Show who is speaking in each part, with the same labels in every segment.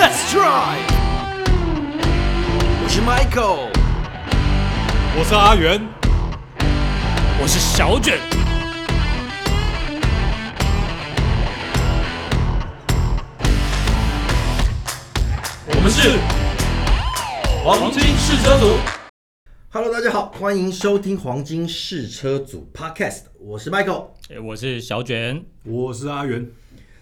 Speaker 1: Let's try！我是 Michael，
Speaker 2: 我是阿元，
Speaker 3: 我是小卷。
Speaker 2: 我们是黄金试车组。
Speaker 1: Hello，大家好，欢迎收听黄金试车组 Podcast，我是 Michael。
Speaker 3: 哎，我是小卷。
Speaker 2: 我是阿元，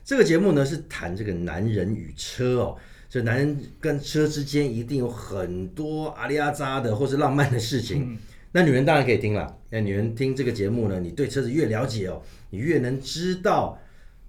Speaker 1: 这个节目呢是谈这个男人与车哦，这男人跟车之间一定有很多阿里阿扎的或是浪漫的事情。
Speaker 2: 嗯
Speaker 1: 那女人当然可以听了，那女人听这个节目呢，你对车子越了解哦，你越能知道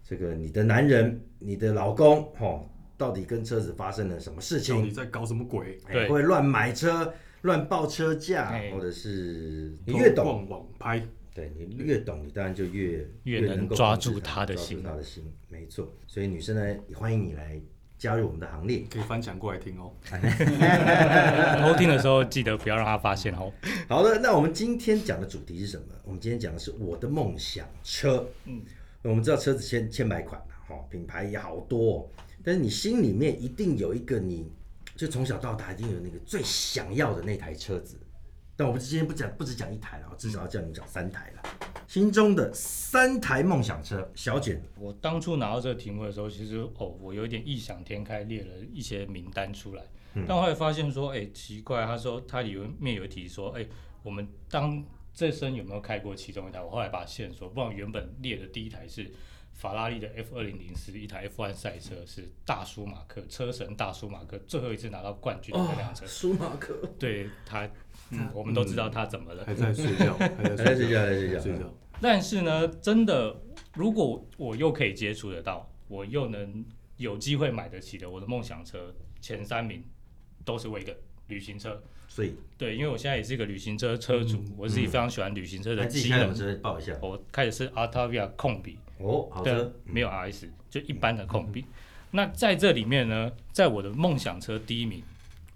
Speaker 1: 这个你的男人、你的老公哦，到底跟车子发生了什么事
Speaker 2: 到
Speaker 1: 情
Speaker 2: 底。在搞什么鬼？
Speaker 1: 哎
Speaker 3: 对
Speaker 1: 会乱买车、乱报车价，
Speaker 3: 哎
Speaker 1: 或者是你越
Speaker 2: 偷
Speaker 1: 懂，
Speaker 2: 逛网拍，
Speaker 1: 对你越懂，你当然就越
Speaker 3: 越能
Speaker 1: 能够
Speaker 3: 抓
Speaker 1: 控制
Speaker 3: 住他的
Speaker 1: 抓住
Speaker 3: 心
Speaker 1: 他的心，没错。所以女生呢，也欢迎你来加入我们的行列。
Speaker 2: 可以翻墙过来听哦。
Speaker 3: 偷听的时候记得不要让他发现哦。
Speaker 1: 好的，那我们今天讲的主题是什么？我们今天讲的是我的梦想车。嗯，我们知道车子千千百款哈、哦，品牌也好多、哦，但是你心里面一定有一个你，就从小到大一定有那个最想要的那台车子。但我们今天不讲，不只讲一台了，至少要叫你们讲三台了。心中的三台梦想车，小卷
Speaker 3: 我当初拿到这个题目的时候，其实哦，我有一点异想天开，列了一些名单出来。但后来发现说，哎，奇怪，他说他里面有一题说，哎，我们当这生有没有开过其中一台？我后来把线索，不然原本列的第一台是法拉利的 F 二零零四，一台 F 1赛车，是大舒马克车神大舒马克最后一次拿到冠军的那辆车。
Speaker 1: 哦舒马克，
Speaker 3: 对哦他，嗯，我们都知道他怎么了。
Speaker 2: 还在睡觉， 还
Speaker 1: 还在
Speaker 2: 在
Speaker 1: 睡
Speaker 2: 睡
Speaker 1: 觉
Speaker 2: 觉，
Speaker 1: 还在睡觉
Speaker 2: 睡觉。
Speaker 3: 但是呢，真的，如果我又可以接触得到，我又能有机会买得起的，我的梦想车前三名都是为一个旅行车。
Speaker 1: 所以
Speaker 3: 对，因为我现在也是一个旅行车车主，我自己非常喜欢旅行车的
Speaker 1: 来嗯自己
Speaker 3: 机
Speaker 1: 开什
Speaker 3: 能
Speaker 1: 么。车报一下
Speaker 3: 我开的是 Artavia 控比，
Speaker 1: 哦，好
Speaker 3: 对
Speaker 1: 车，，嗯
Speaker 3: 没有 RS，就一般的控比。那在这里面呢，在我的梦想车第一名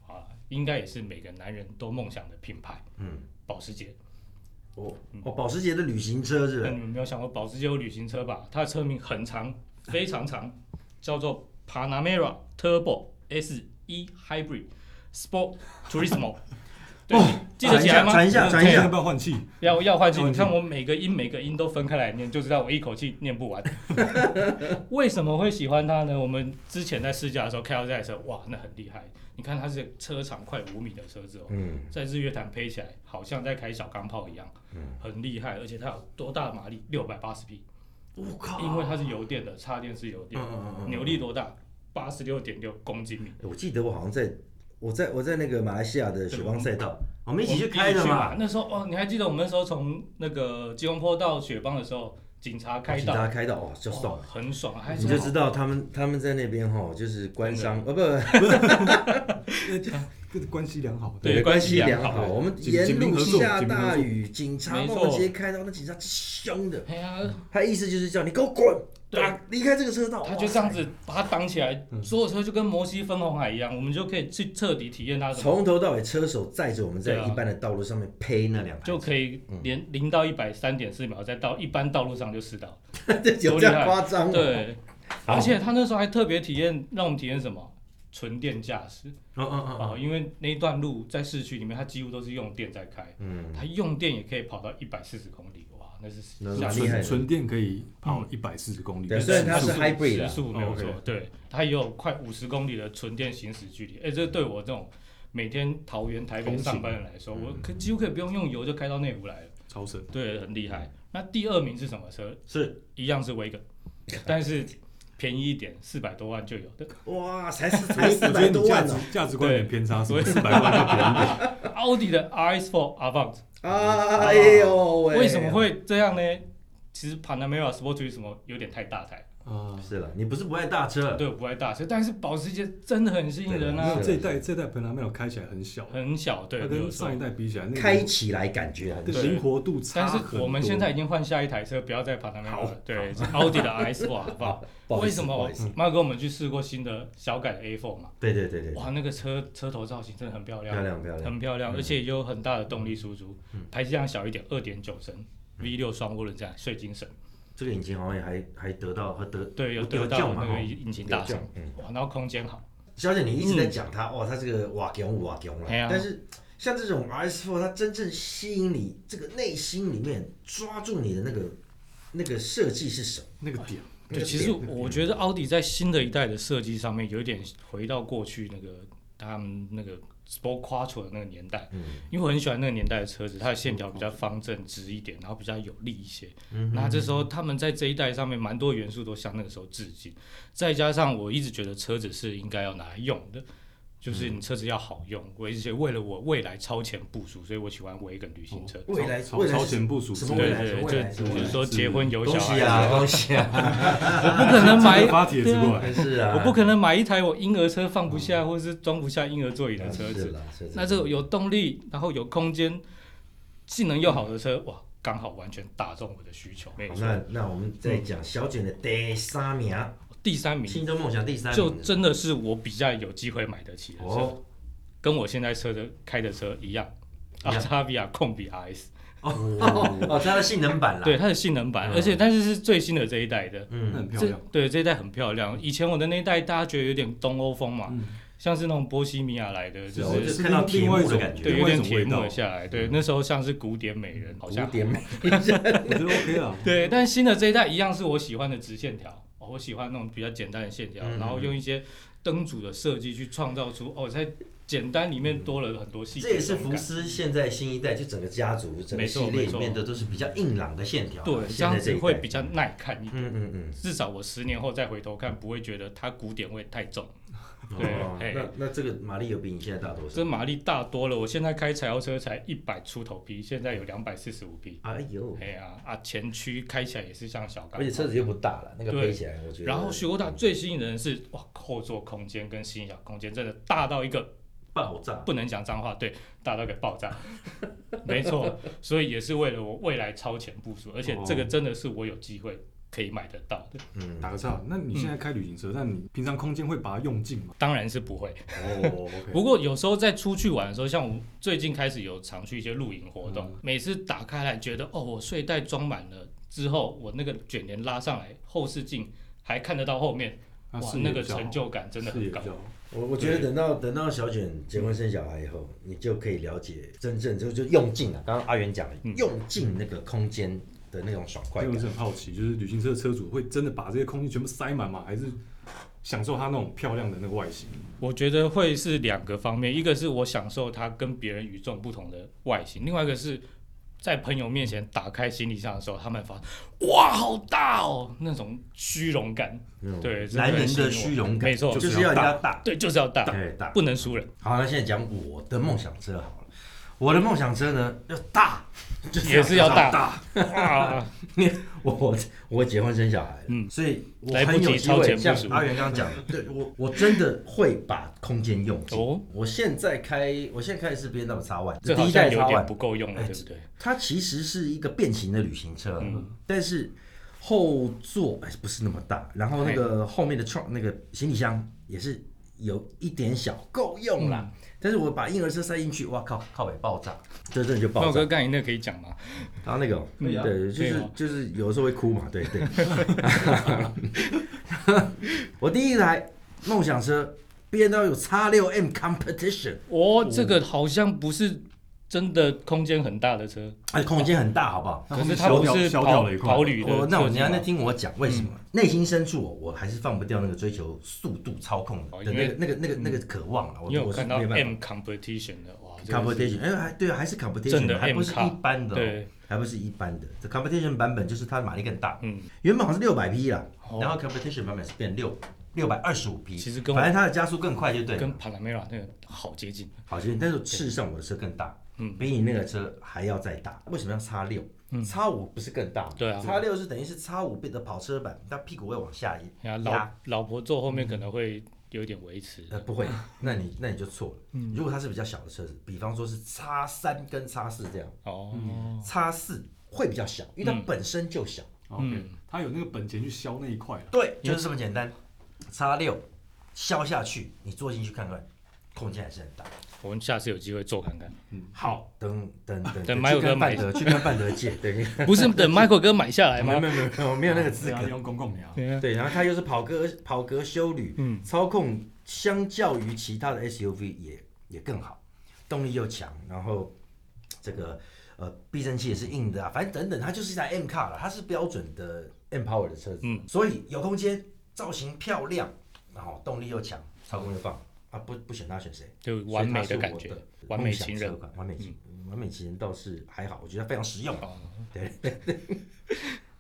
Speaker 3: 啊，应该也是每个男人都梦想的品牌，
Speaker 1: 嗯，
Speaker 3: 保时捷。
Speaker 1: 哦哦，保时捷的旅行车是不
Speaker 3: 那
Speaker 1: 是？
Speaker 3: 你们没有想过保时捷有旅行车吧？它的车名很长，非常长，叫做 Panamera Turbo S 一 Hybrid Sport Turismo。对，记得起来吗？
Speaker 1: 传哦一下，传一
Speaker 2: 要
Speaker 1: 下
Speaker 2: 不。要换气？
Speaker 3: 要要换气，
Speaker 2: 要换
Speaker 3: 你
Speaker 2: 气
Speaker 3: 看我每个音每个音都分开来念，就知道我一口气念不完。 为什么会喜欢它呢？我们之前在试驾的时候开到这台车，哇，那很厉害！你看它是车长快五米的车子哦，
Speaker 1: 嗯，
Speaker 3: 在日月潭配起来，好像在开小钢炮一样，很厉害。而且它有多大的马力？六百八十匹，
Speaker 1: 我靠
Speaker 3: 因为它是油电的，插电式油电，扭力多大？八十六点六公斤米。
Speaker 1: 欸我记得我好像在，我在我在那个马来西亚的雪邦赛道，哦我们一起去
Speaker 3: 我
Speaker 1: 开的嘛，。
Speaker 3: 那时候哦，你还记得我们那时候从那个吉隆坡到雪邦的时候，警察开
Speaker 1: 请
Speaker 3: 道
Speaker 1: 大。家开到哦，就爽
Speaker 3: 哦，很爽，还
Speaker 1: 你就知道他们他们在那边哈，就是官商呃不，
Speaker 2: 跟关系良好，
Speaker 3: 对
Speaker 1: 关
Speaker 3: 关系
Speaker 1: 系良
Speaker 3: 良
Speaker 1: 好。
Speaker 2: 好
Speaker 1: 我们
Speaker 2: 紧
Speaker 1: 沿
Speaker 2: 紧邻
Speaker 1: 路
Speaker 2: 合作
Speaker 1: 下
Speaker 2: 紧邻合
Speaker 1: 大
Speaker 2: 作
Speaker 1: 雨，警察
Speaker 3: 没
Speaker 1: 帮
Speaker 3: 错
Speaker 1: 我们直接开到，那警察凶的，
Speaker 3: 哎呀，
Speaker 1: 他意思就是叫你给我滚，
Speaker 3: 对
Speaker 1: 打离开这个车道。
Speaker 3: 他就这样子把它挡起来，
Speaker 1: 嗯
Speaker 3: 所有车就跟摩西分红海一样，我们就可以去彻底体验它
Speaker 1: 哇塞，
Speaker 3: 什么，
Speaker 1: 从头到尾车手载着我们在
Speaker 3: 对啊
Speaker 1: 一般的道路上面呸那两台
Speaker 3: 就
Speaker 1: 车，
Speaker 3: 可以连零到一百三点四秒，再到一般道路上就四到。
Speaker 1: 有 这样夸张吗？
Speaker 3: 对，
Speaker 1: 好
Speaker 3: 而且他那时候还特别体验，让我们体验什么纯电驾驶
Speaker 1: 嗯，嗯嗯
Speaker 3: 啊，因为那一段路在市区里面，它几乎都是用电在开，
Speaker 1: 嗯，
Speaker 3: 它用电也可以跑到一百四十公里，哇，那是
Speaker 1: 那
Speaker 3: 吓
Speaker 1: 蛮
Speaker 3: 死
Speaker 1: 厉害的
Speaker 2: 纯纯电可以跑一百四十公里，
Speaker 1: 对虽然它是
Speaker 2: 时速
Speaker 1: hybrid 啦
Speaker 3: 时速没有错
Speaker 2: OK，
Speaker 3: 对，它也有快五十公里的纯电行驶距离。哎、这对我这种每天桃园、台北
Speaker 2: 通勤
Speaker 3: 上班的人来说，我可几乎可以不用用油就开到内湖来了，
Speaker 2: 超神，
Speaker 3: 对，很厉害。那第二名是什么车？
Speaker 1: 是
Speaker 3: 一样是威梗，但是便宜一点，四百多万就有的。
Speaker 1: 哇，才是
Speaker 2: 我
Speaker 1: 才
Speaker 2: 觉
Speaker 1: 四
Speaker 2: 得
Speaker 1: 百
Speaker 2: 你
Speaker 1: 多
Speaker 2: 价
Speaker 1: 万啊呢
Speaker 2: 值价值观有点偏差，所以四百万
Speaker 3: 奥迪的 RS4 Avant，
Speaker 1: 哎呦喂！
Speaker 3: 为什么会这样呢？其实 Panamera Sport 什么有点太大台，
Speaker 2: 啊，
Speaker 1: 是了，你不是不爱大车，
Speaker 3: 对，我不爱大车，但是保时捷真的很吸引人
Speaker 1: 对
Speaker 3: 啊
Speaker 1: 啊是，
Speaker 2: 这一代这一代 p a n a m e r 开起来很小，
Speaker 3: 很小，对，
Speaker 2: 它
Speaker 3: 没有
Speaker 2: 跟
Speaker 3: 错
Speaker 2: 上一代比起来，那个
Speaker 1: 开起来感觉很
Speaker 2: 的
Speaker 3: 对
Speaker 2: 灵活度差
Speaker 3: 但
Speaker 2: 很多。
Speaker 3: 是我们现在已经换下一台车，不要再爬那边
Speaker 2: 好
Speaker 3: 了。对，是奥迪的 RS 哇，好不好？
Speaker 1: 不好意
Speaker 3: 为
Speaker 1: 思
Speaker 3: 什
Speaker 1: 不
Speaker 3: 么
Speaker 1: 好意思
Speaker 3: 妈跟我们去试过新的小改的 A4 嘛？
Speaker 1: 对对对对，
Speaker 3: 哇，那个车车头造型真的很漂亮，
Speaker 1: 漂亮漂嗯亮，
Speaker 3: 很漂亮，而且也有很大的动力输出，排气量小一点，二点九升 V 六双涡轮这样，税精神。
Speaker 1: 这个引擎好像也还还得到还得
Speaker 3: 对，有
Speaker 1: 有
Speaker 3: 得到
Speaker 1: 降嘛
Speaker 3: 那个
Speaker 1: 哦
Speaker 3: 引擎
Speaker 1: 有
Speaker 3: 大
Speaker 1: 降
Speaker 3: 赏，哇，然后空间好，
Speaker 1: 小姐，你一直在讲它，哇，它这个瓦强瓦强了。
Speaker 3: 哎呀
Speaker 1: 但是像这种 RS Four，它真正吸引你这个内心里面抓住你的那个那个设计是什么？
Speaker 2: 那个点，
Speaker 1: 那
Speaker 3: 对，
Speaker 1: 个
Speaker 3: 其实
Speaker 1: 点
Speaker 3: 我觉得奥迪在新的一代的设计上面有一点回到过去那个他们那个 Sport Quattro 的那个年代，
Speaker 1: 嗯
Speaker 3: 因为我很喜欢那个年代的车子，它的线条比较方正直一点，然后比较有力一些。
Speaker 1: 嗯
Speaker 3: 那这时候他们在这一代上面蛮多元素都向那个时候致敬，再加上我一直觉得车子是应该要拿来用的。就是
Speaker 1: 嗯
Speaker 3: 你车子要好用，我一直为了我未来超前部署，所以我喜欢维梗旅行车。
Speaker 1: 未来
Speaker 2: 超
Speaker 1: 未来是
Speaker 2: 超前部署，
Speaker 1: 哦什么
Speaker 3: 对
Speaker 1: 未来
Speaker 3: 对
Speaker 1: 未来
Speaker 3: 对，
Speaker 1: 是
Speaker 3: 就
Speaker 1: 未
Speaker 3: 就
Speaker 1: 来
Speaker 3: 是说结婚有
Speaker 1: 恭
Speaker 3: 小孩
Speaker 1: 喜
Speaker 3: 子，
Speaker 1: 啊，恭喜啊！
Speaker 3: 我不可能 买
Speaker 2: 真的发帖子过来，
Speaker 1: 但是啊，
Speaker 3: 我不可能买一台我婴儿车放不下，或者是装不下婴儿座椅的车
Speaker 1: 啊是
Speaker 3: 子。
Speaker 1: 啦是
Speaker 3: 那这个有动力，然后有空间，性能又好的车，哇，刚好完全打中我的需求。没
Speaker 1: 好
Speaker 3: 错，
Speaker 1: 那那我们再讲小卷的第三名，啊
Speaker 3: 第三名
Speaker 1: 心中梦想第三名
Speaker 3: 嗯就真的是我比较有机会买得起的车，
Speaker 1: 哦
Speaker 3: 跟我现在车的开的车一样。
Speaker 1: 一样
Speaker 3: 阿叉比亚 控比 RS，
Speaker 1: 哦哦，它的性能 版啦，
Speaker 3: 嗯对它的性能版，
Speaker 1: 嗯
Speaker 3: 而且但是是最新的这一代的，
Speaker 2: 那很
Speaker 1: 嗯，
Speaker 2: 漂
Speaker 3: 这
Speaker 2: 亮。
Speaker 3: 对这一代很漂亮。以前我的那一代大家觉得有点东欧风嘛，
Speaker 2: 嗯
Speaker 3: 像是那种波西米亚来的，就是
Speaker 1: 我就是看到
Speaker 2: 另
Speaker 1: 铁
Speaker 2: 另外一
Speaker 1: 幕的
Speaker 2: 种
Speaker 1: 感觉，
Speaker 3: 对，有
Speaker 2: 另外一
Speaker 3: 点
Speaker 2: 种
Speaker 3: 铁
Speaker 2: 味
Speaker 3: 幕
Speaker 2: 道
Speaker 3: 了下来，对，那时候像是古典美人，好像
Speaker 1: 嗯古典美，
Speaker 2: 我觉得 OK 啊，
Speaker 3: 对，但新的这一代一样是我喜欢的直线条，哦我喜欢那种比较简单的线条，
Speaker 1: 嗯
Speaker 3: 然后用一些灯组的设计去创造出哦，在简单里面多了很多细节
Speaker 1: 嗯这
Speaker 3: 感，
Speaker 1: 也是福斯现在新一代，就整个家族、整个
Speaker 3: 没错
Speaker 1: 系列
Speaker 3: 没
Speaker 1: 里
Speaker 3: 错
Speaker 1: 面的都是比较硬朗的线条。啊
Speaker 3: 对，这
Speaker 1: 现
Speaker 3: 样
Speaker 1: 在
Speaker 3: 子
Speaker 1: 这一
Speaker 3: 会
Speaker 1: 代
Speaker 3: 比较耐看一点。
Speaker 1: 嗯嗯嗯。
Speaker 3: 至少我十年后再回头看，不会觉得它古典味太重。对
Speaker 1: 哦
Speaker 3: 哎
Speaker 1: 那那这个马力有比你现在大多少
Speaker 3: 这？马力大多了，我现在开柴油车才一百出头匹，现在有两百四十五匹。
Speaker 1: 哎呦，
Speaker 3: 哎呀啊，前驱开起来也是像小钢
Speaker 1: 而且车子又不大了，那个
Speaker 3: 对
Speaker 1: 背起来我觉得。
Speaker 3: 然后雪佛达最吸引人的是哇，后座空间跟行李小空间真的大到一个
Speaker 1: 爆炸，
Speaker 3: 不能讲脏话，对，大到一个爆 炸，没错。所以也是为了我未来超前部署，而且
Speaker 2: 哦
Speaker 3: 这个真的是我有机会可以买得到的。
Speaker 1: 嗯，
Speaker 2: 打个岔，那你现在开旅行车，那你平常空间会把它用尽吗？
Speaker 3: 当然是不会，
Speaker 2: 哦，OK，
Speaker 3: 不过有时候在出去玩的时候，像我最近开始有常去一些露营活动，
Speaker 2: 嗯
Speaker 3: 每次打开来觉得哦，我睡袋装满了之后，我那个卷帘拉上来，后视镜还看得到后面，
Speaker 2: 那
Speaker 3: 哇
Speaker 2: 啊视，野
Speaker 3: 那
Speaker 2: 比
Speaker 3: 个
Speaker 2: 较好
Speaker 3: 成就感真的
Speaker 2: 视
Speaker 3: 很
Speaker 2: 野
Speaker 3: 高
Speaker 2: 比。较好
Speaker 1: 我我觉得等到等到小卷结婚生小孩以后，你就可以了解真正就就用尽了。刚刚阿元讲了，
Speaker 3: 嗯
Speaker 1: 用尽那个空间的那种爽快
Speaker 2: 因为我
Speaker 1: 感
Speaker 2: 是。很好奇，就是旅行车的车主会真的把这些空间全部塞满吗？还是享受它那种漂亮的那个外形？
Speaker 3: 我觉得会是两个方面，一个是我享受它跟别人与众不同的外形，另外一个是在朋友面前打开行李箱的时候，他们发现哇好大哦那种虚荣感，
Speaker 1: 那种
Speaker 3: 对，这
Speaker 1: 男人
Speaker 3: 个
Speaker 1: 的
Speaker 3: 很吸引我
Speaker 1: 虚荣感，
Speaker 3: 没错，
Speaker 1: 就是
Speaker 2: 就是
Speaker 1: 要
Speaker 2: 要
Speaker 1: 人家大，
Speaker 3: 对，就是要大，
Speaker 1: 哎大。
Speaker 3: 不能输人，
Speaker 1: 好，那现在讲我的梦想车好了。我的梦想车呢，要大，就是
Speaker 3: 也是要大，
Speaker 2: 大
Speaker 3: 哇
Speaker 1: 我我我结婚生小孩了，
Speaker 3: 嗯
Speaker 1: 所以我
Speaker 3: 来不
Speaker 1: 很有
Speaker 3: 及
Speaker 1: 机
Speaker 3: 超
Speaker 1: 会
Speaker 3: 前部
Speaker 1: 像
Speaker 3: 署
Speaker 1: 阿元刚刚讲的，对我我真的会把空间用尽。
Speaker 3: 哦，
Speaker 1: 我现在开，我现在开的是 B M W 叉 One，
Speaker 3: 这
Speaker 1: 第
Speaker 3: 好
Speaker 1: 一
Speaker 3: 像
Speaker 1: 代
Speaker 3: 有
Speaker 1: 叉
Speaker 3: 点
Speaker 1: One，
Speaker 3: 不够用了，
Speaker 1: 哎
Speaker 3: 对不对？
Speaker 1: 它其实是一个变形的旅行车，
Speaker 3: 嗯
Speaker 1: 但是后座哎不是那么大，然后那个后面的窗那个行李箱也是有一点小，够用
Speaker 3: 嗯
Speaker 1: 啦。但是我把婴儿车塞进去，哇靠，靠北爆炸，这真的就爆
Speaker 3: 茂
Speaker 1: 炸
Speaker 3: 哥，。刚才那可以讲吗？
Speaker 1: 然后那个哦，
Speaker 2: 可以啊
Speaker 1: 对，就
Speaker 3: 可以
Speaker 1: 是
Speaker 3: 吗
Speaker 1: 就是有的时候会哭嘛，对 对。我第一台梦想车 B N W 有 X 六 M Competition，
Speaker 3: 哦，这个好像不是真的空间很大的车，
Speaker 1: 哎，空间很大，好不好？
Speaker 2: 那
Speaker 3: 可
Speaker 2: 后
Speaker 3: 是
Speaker 2: 面
Speaker 3: 它
Speaker 2: 削
Speaker 3: 不
Speaker 2: 掉
Speaker 3: 是
Speaker 2: 削掉
Speaker 3: 跑
Speaker 2: 了一块
Speaker 3: 跑，旅
Speaker 1: 我
Speaker 3: 的，
Speaker 1: 哦那我你要在听我讲为什么？
Speaker 3: 嗯
Speaker 1: 内心深处我我还是放不掉那个追求速度操控
Speaker 3: 哦
Speaker 1: 的
Speaker 3: 因
Speaker 1: 那个
Speaker 3: 为
Speaker 1: 那个那个那个渴望了。啊我
Speaker 3: 你有
Speaker 1: 我是
Speaker 3: 看到
Speaker 1: 没办法
Speaker 3: M competition 的哇，这个是
Speaker 1: competition，哎，还对啊，还是 competition，
Speaker 3: 真的
Speaker 1: 还不是
Speaker 3: M 卡
Speaker 1: 一般的哦，
Speaker 3: 对，
Speaker 1: 还不是一般的。这 competition 版本就是它的马力更大，
Speaker 3: 嗯，
Speaker 1: 原本好像是六百匹啦，
Speaker 3: 哦
Speaker 1: 然后 competition 版本是变六六百二十五匹，
Speaker 3: 其实跟我
Speaker 1: 反正它的加速更快就哦对了。嗯
Speaker 3: 跟帕拉梅拉那个好接近，
Speaker 1: 好接近，但是事实上我的车更大，
Speaker 3: 嗯
Speaker 1: 比你那个车还要再大。为什么要叉六？叉五不是更大吗？
Speaker 3: 对啊
Speaker 1: 叉六是等于是叉五倍的跑车版，它屁股会往下一
Speaker 3: 然后
Speaker 1: 压
Speaker 3: 老老婆坐后面
Speaker 1: 嗯
Speaker 3: 可能会有点维持，
Speaker 1: 呃， 不会，那你那你就错了。
Speaker 3: 嗯
Speaker 1: 如果它是比较小的车子，比方说是叉三跟叉四这样，
Speaker 3: 哦，嗯
Speaker 1: 叉四会比较小，因为它本身就小。
Speaker 2: 哦 OK，它有那个本钱去削那一块啊。
Speaker 1: 对，就是这么简单。叉六削下去，你坐进去看看，空间还是很大。
Speaker 3: 我们下次有机会坐看 看，
Speaker 1: 好，等等等
Speaker 3: 等
Speaker 1: 去
Speaker 3: 马友
Speaker 1: 跟
Speaker 3: 哥
Speaker 1: 范
Speaker 3: 买哎
Speaker 1: 德去跟范德借， 对，
Speaker 3: 不是等 Michael 哥买下来
Speaker 1: 没
Speaker 3: 吗？
Speaker 1: 有没有没有没有没有那个资
Speaker 2: 对啊
Speaker 1: 格
Speaker 2: 你。用公共的啊，
Speaker 3: 对啊嗯
Speaker 1: 对，然后他又是跑哥跑格修旅，操控相较于其他的 SUV 也也更好，动力又强，然后这个呃避震器也是硬的啊，反正等等，它就是一台 M car 了，它是标准的 M power 的车子，
Speaker 3: 嗯
Speaker 1: 所以有空间，造型漂亮，然后动力又强，操控又棒啊，不不选它选谁？
Speaker 3: 就
Speaker 1: 所以
Speaker 3: 完
Speaker 1: 它
Speaker 3: 美
Speaker 1: 是
Speaker 3: 的
Speaker 1: 我
Speaker 3: 感觉
Speaker 1: 的，
Speaker 3: 完美情人嗯
Speaker 1: 梦想车。款，完美情完美情人倒是还好，我觉得非常实用。
Speaker 3: 哦，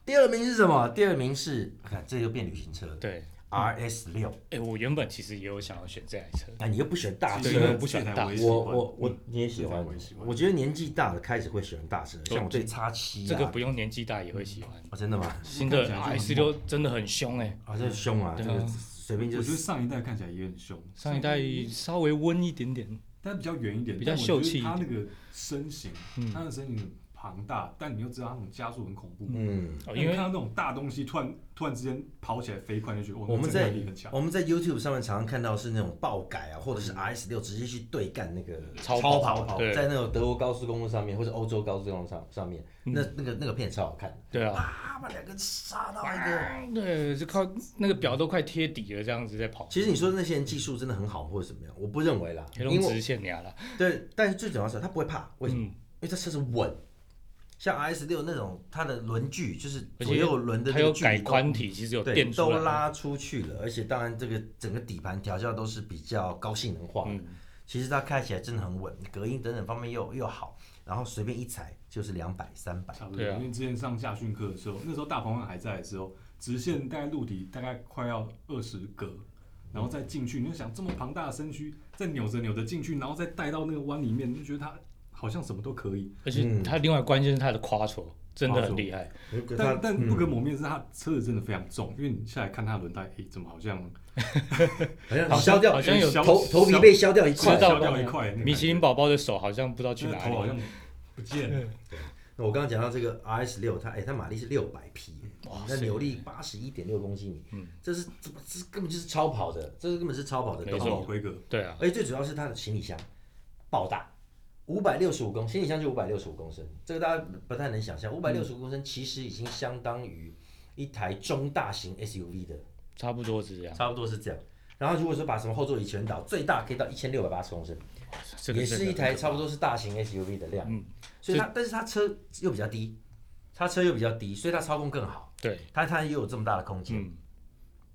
Speaker 1: 第二名是什么？第二名是，看这又变旅行车了
Speaker 3: 对，
Speaker 1: ，RS 六。
Speaker 3: 哎，我原本其实也有想要选这台车，
Speaker 1: 哎，你又不选大
Speaker 2: 其
Speaker 1: 车
Speaker 2: 实
Speaker 3: 对，我不选
Speaker 2: 这台
Speaker 3: 大
Speaker 2: 我也喜
Speaker 1: 我
Speaker 2: 欢嗯
Speaker 1: 我我你也喜
Speaker 2: 这台
Speaker 1: 欢
Speaker 2: 我也喜，欢
Speaker 1: 我觉得年纪大了开始会喜欢大车，
Speaker 3: 对
Speaker 1: 像我对叉七啊，
Speaker 3: 这个不用年纪大也会喜欢。
Speaker 1: 哦真的吗？
Speaker 3: 新的
Speaker 2: 看
Speaker 3: S
Speaker 2: 起来就
Speaker 3: 六真的很凶哎，
Speaker 1: 啊，这凶啊，这
Speaker 3: 对啊
Speaker 1: 个随便就
Speaker 2: 我觉得
Speaker 1: 是
Speaker 2: 上一代看起来也很凶，
Speaker 3: 上一代稍微温一点点，
Speaker 2: 但比较圆一点，
Speaker 3: 比较
Speaker 2: 但我
Speaker 3: 秀
Speaker 2: 觉得
Speaker 3: 气一
Speaker 2: 它那
Speaker 3: 点
Speaker 2: 个身形，
Speaker 3: 嗯
Speaker 2: 它的身形很庞大，但你又知道它那种加速很恐怖。
Speaker 1: 嗯。
Speaker 3: 哦，
Speaker 2: 你
Speaker 3: 因为
Speaker 2: 看到那种大东西突然突然之间跑起来飞快，就觉得哦
Speaker 1: 我们
Speaker 2: 那震
Speaker 1: 在
Speaker 2: 撼力很强。
Speaker 1: 我们在 YouTube 上面常常看到是那种爆改啊，或者是 RS 六直接去对干那个
Speaker 3: 超
Speaker 1: 跑
Speaker 3: 跑
Speaker 1: 跑，
Speaker 3: 对
Speaker 1: 在那种德国高速公路上面或者欧洲高速公路上上面，那那个那个片超好看的，
Speaker 3: 对啊，
Speaker 1: 啊，把两个杀到一个。
Speaker 3: 对，就靠那个表都快贴底了，这样子在跑。
Speaker 1: 其实你说那些人技术真的很好或者怎么样，我不认为啦，
Speaker 3: 黑
Speaker 1: 因
Speaker 3: 龙
Speaker 1: 为
Speaker 3: 直线啊呀了，
Speaker 1: 对，但是最主要是他不会怕，为什么？
Speaker 3: 嗯，
Speaker 1: 因为它车是稳，像 RS 六那种，它的轮距就是
Speaker 3: 而且
Speaker 1: 左右轮的
Speaker 3: 它
Speaker 1: 那个
Speaker 3: 有
Speaker 1: 距离
Speaker 3: 改
Speaker 1: 都
Speaker 3: 宽体，其实有
Speaker 1: 对
Speaker 3: 电出
Speaker 1: 都
Speaker 3: 来。
Speaker 1: 拉出去了，而且当然这个整个底盘调教都是比较高性能化的，
Speaker 3: 嗯，
Speaker 1: 其实它开起来真的很稳，隔音等等方面又又好，然后随便一踩就是两百三百，
Speaker 2: 差不多，
Speaker 3: 对啊
Speaker 2: 因为之前上驾训课的时候，那时候大鹏湾还在的时候，直线大概陆底大概快要二十格，然后再进去，你就想这么庞大的身躯，再扭着扭着进去，然后再带到那个弯里面，你就觉得它好像什么都可以。
Speaker 3: 而且它另外关键是它的夸戳真的很厉害，
Speaker 2: 但但不可磨灭是它车子真的非常重，因为你下来看它的轮胎，哎诶，怎么好像
Speaker 3: 好
Speaker 1: 好像
Speaker 3: 像
Speaker 1: 削掉
Speaker 3: 好像有
Speaker 2: 削
Speaker 1: 头头皮被削掉一
Speaker 3: 吃
Speaker 1: 块
Speaker 2: 快。
Speaker 3: 到
Speaker 2: 削掉一块那个感觉
Speaker 3: 米其林宝宝的手好像不知道去
Speaker 2: 那个
Speaker 3: 哪
Speaker 1: 哎
Speaker 2: 头好
Speaker 3: 里
Speaker 2: 像
Speaker 3: 了。
Speaker 2: 不见了？
Speaker 1: 那我刚刚讲到这个 RS 六，它哎、它马力是六百匹，
Speaker 3: 哇
Speaker 1: 那
Speaker 3: 塞
Speaker 1: 扭力八十一点六公斤米，
Speaker 3: 嗯
Speaker 1: 这是这这根本就是超跑的，这是根本是超跑的
Speaker 3: 没
Speaker 1: 动
Speaker 3: 错
Speaker 1: 力
Speaker 2: 规格，
Speaker 3: 对啊，
Speaker 1: 而且最主要是它的行李箱爆大，五百六十五公，行李箱就五百六十五公升，这个大家不太能想象，五百六十五公升其实已经相当于一台中大型 SUV 的，
Speaker 3: 差不多是这样，
Speaker 1: 差不多是这样。然后如果说把什么后座椅全倒，最大可以到一千六百八十公升，
Speaker 3: 这
Speaker 1: 也
Speaker 3: 个
Speaker 1: 是一台差不多是大型 SUV 的量。
Speaker 3: 嗯
Speaker 1: 所以它，但是它车又比较低，它车又比较低，所以它操控更好，
Speaker 3: 对，
Speaker 1: 它它也有这么大的空间。
Speaker 3: 嗯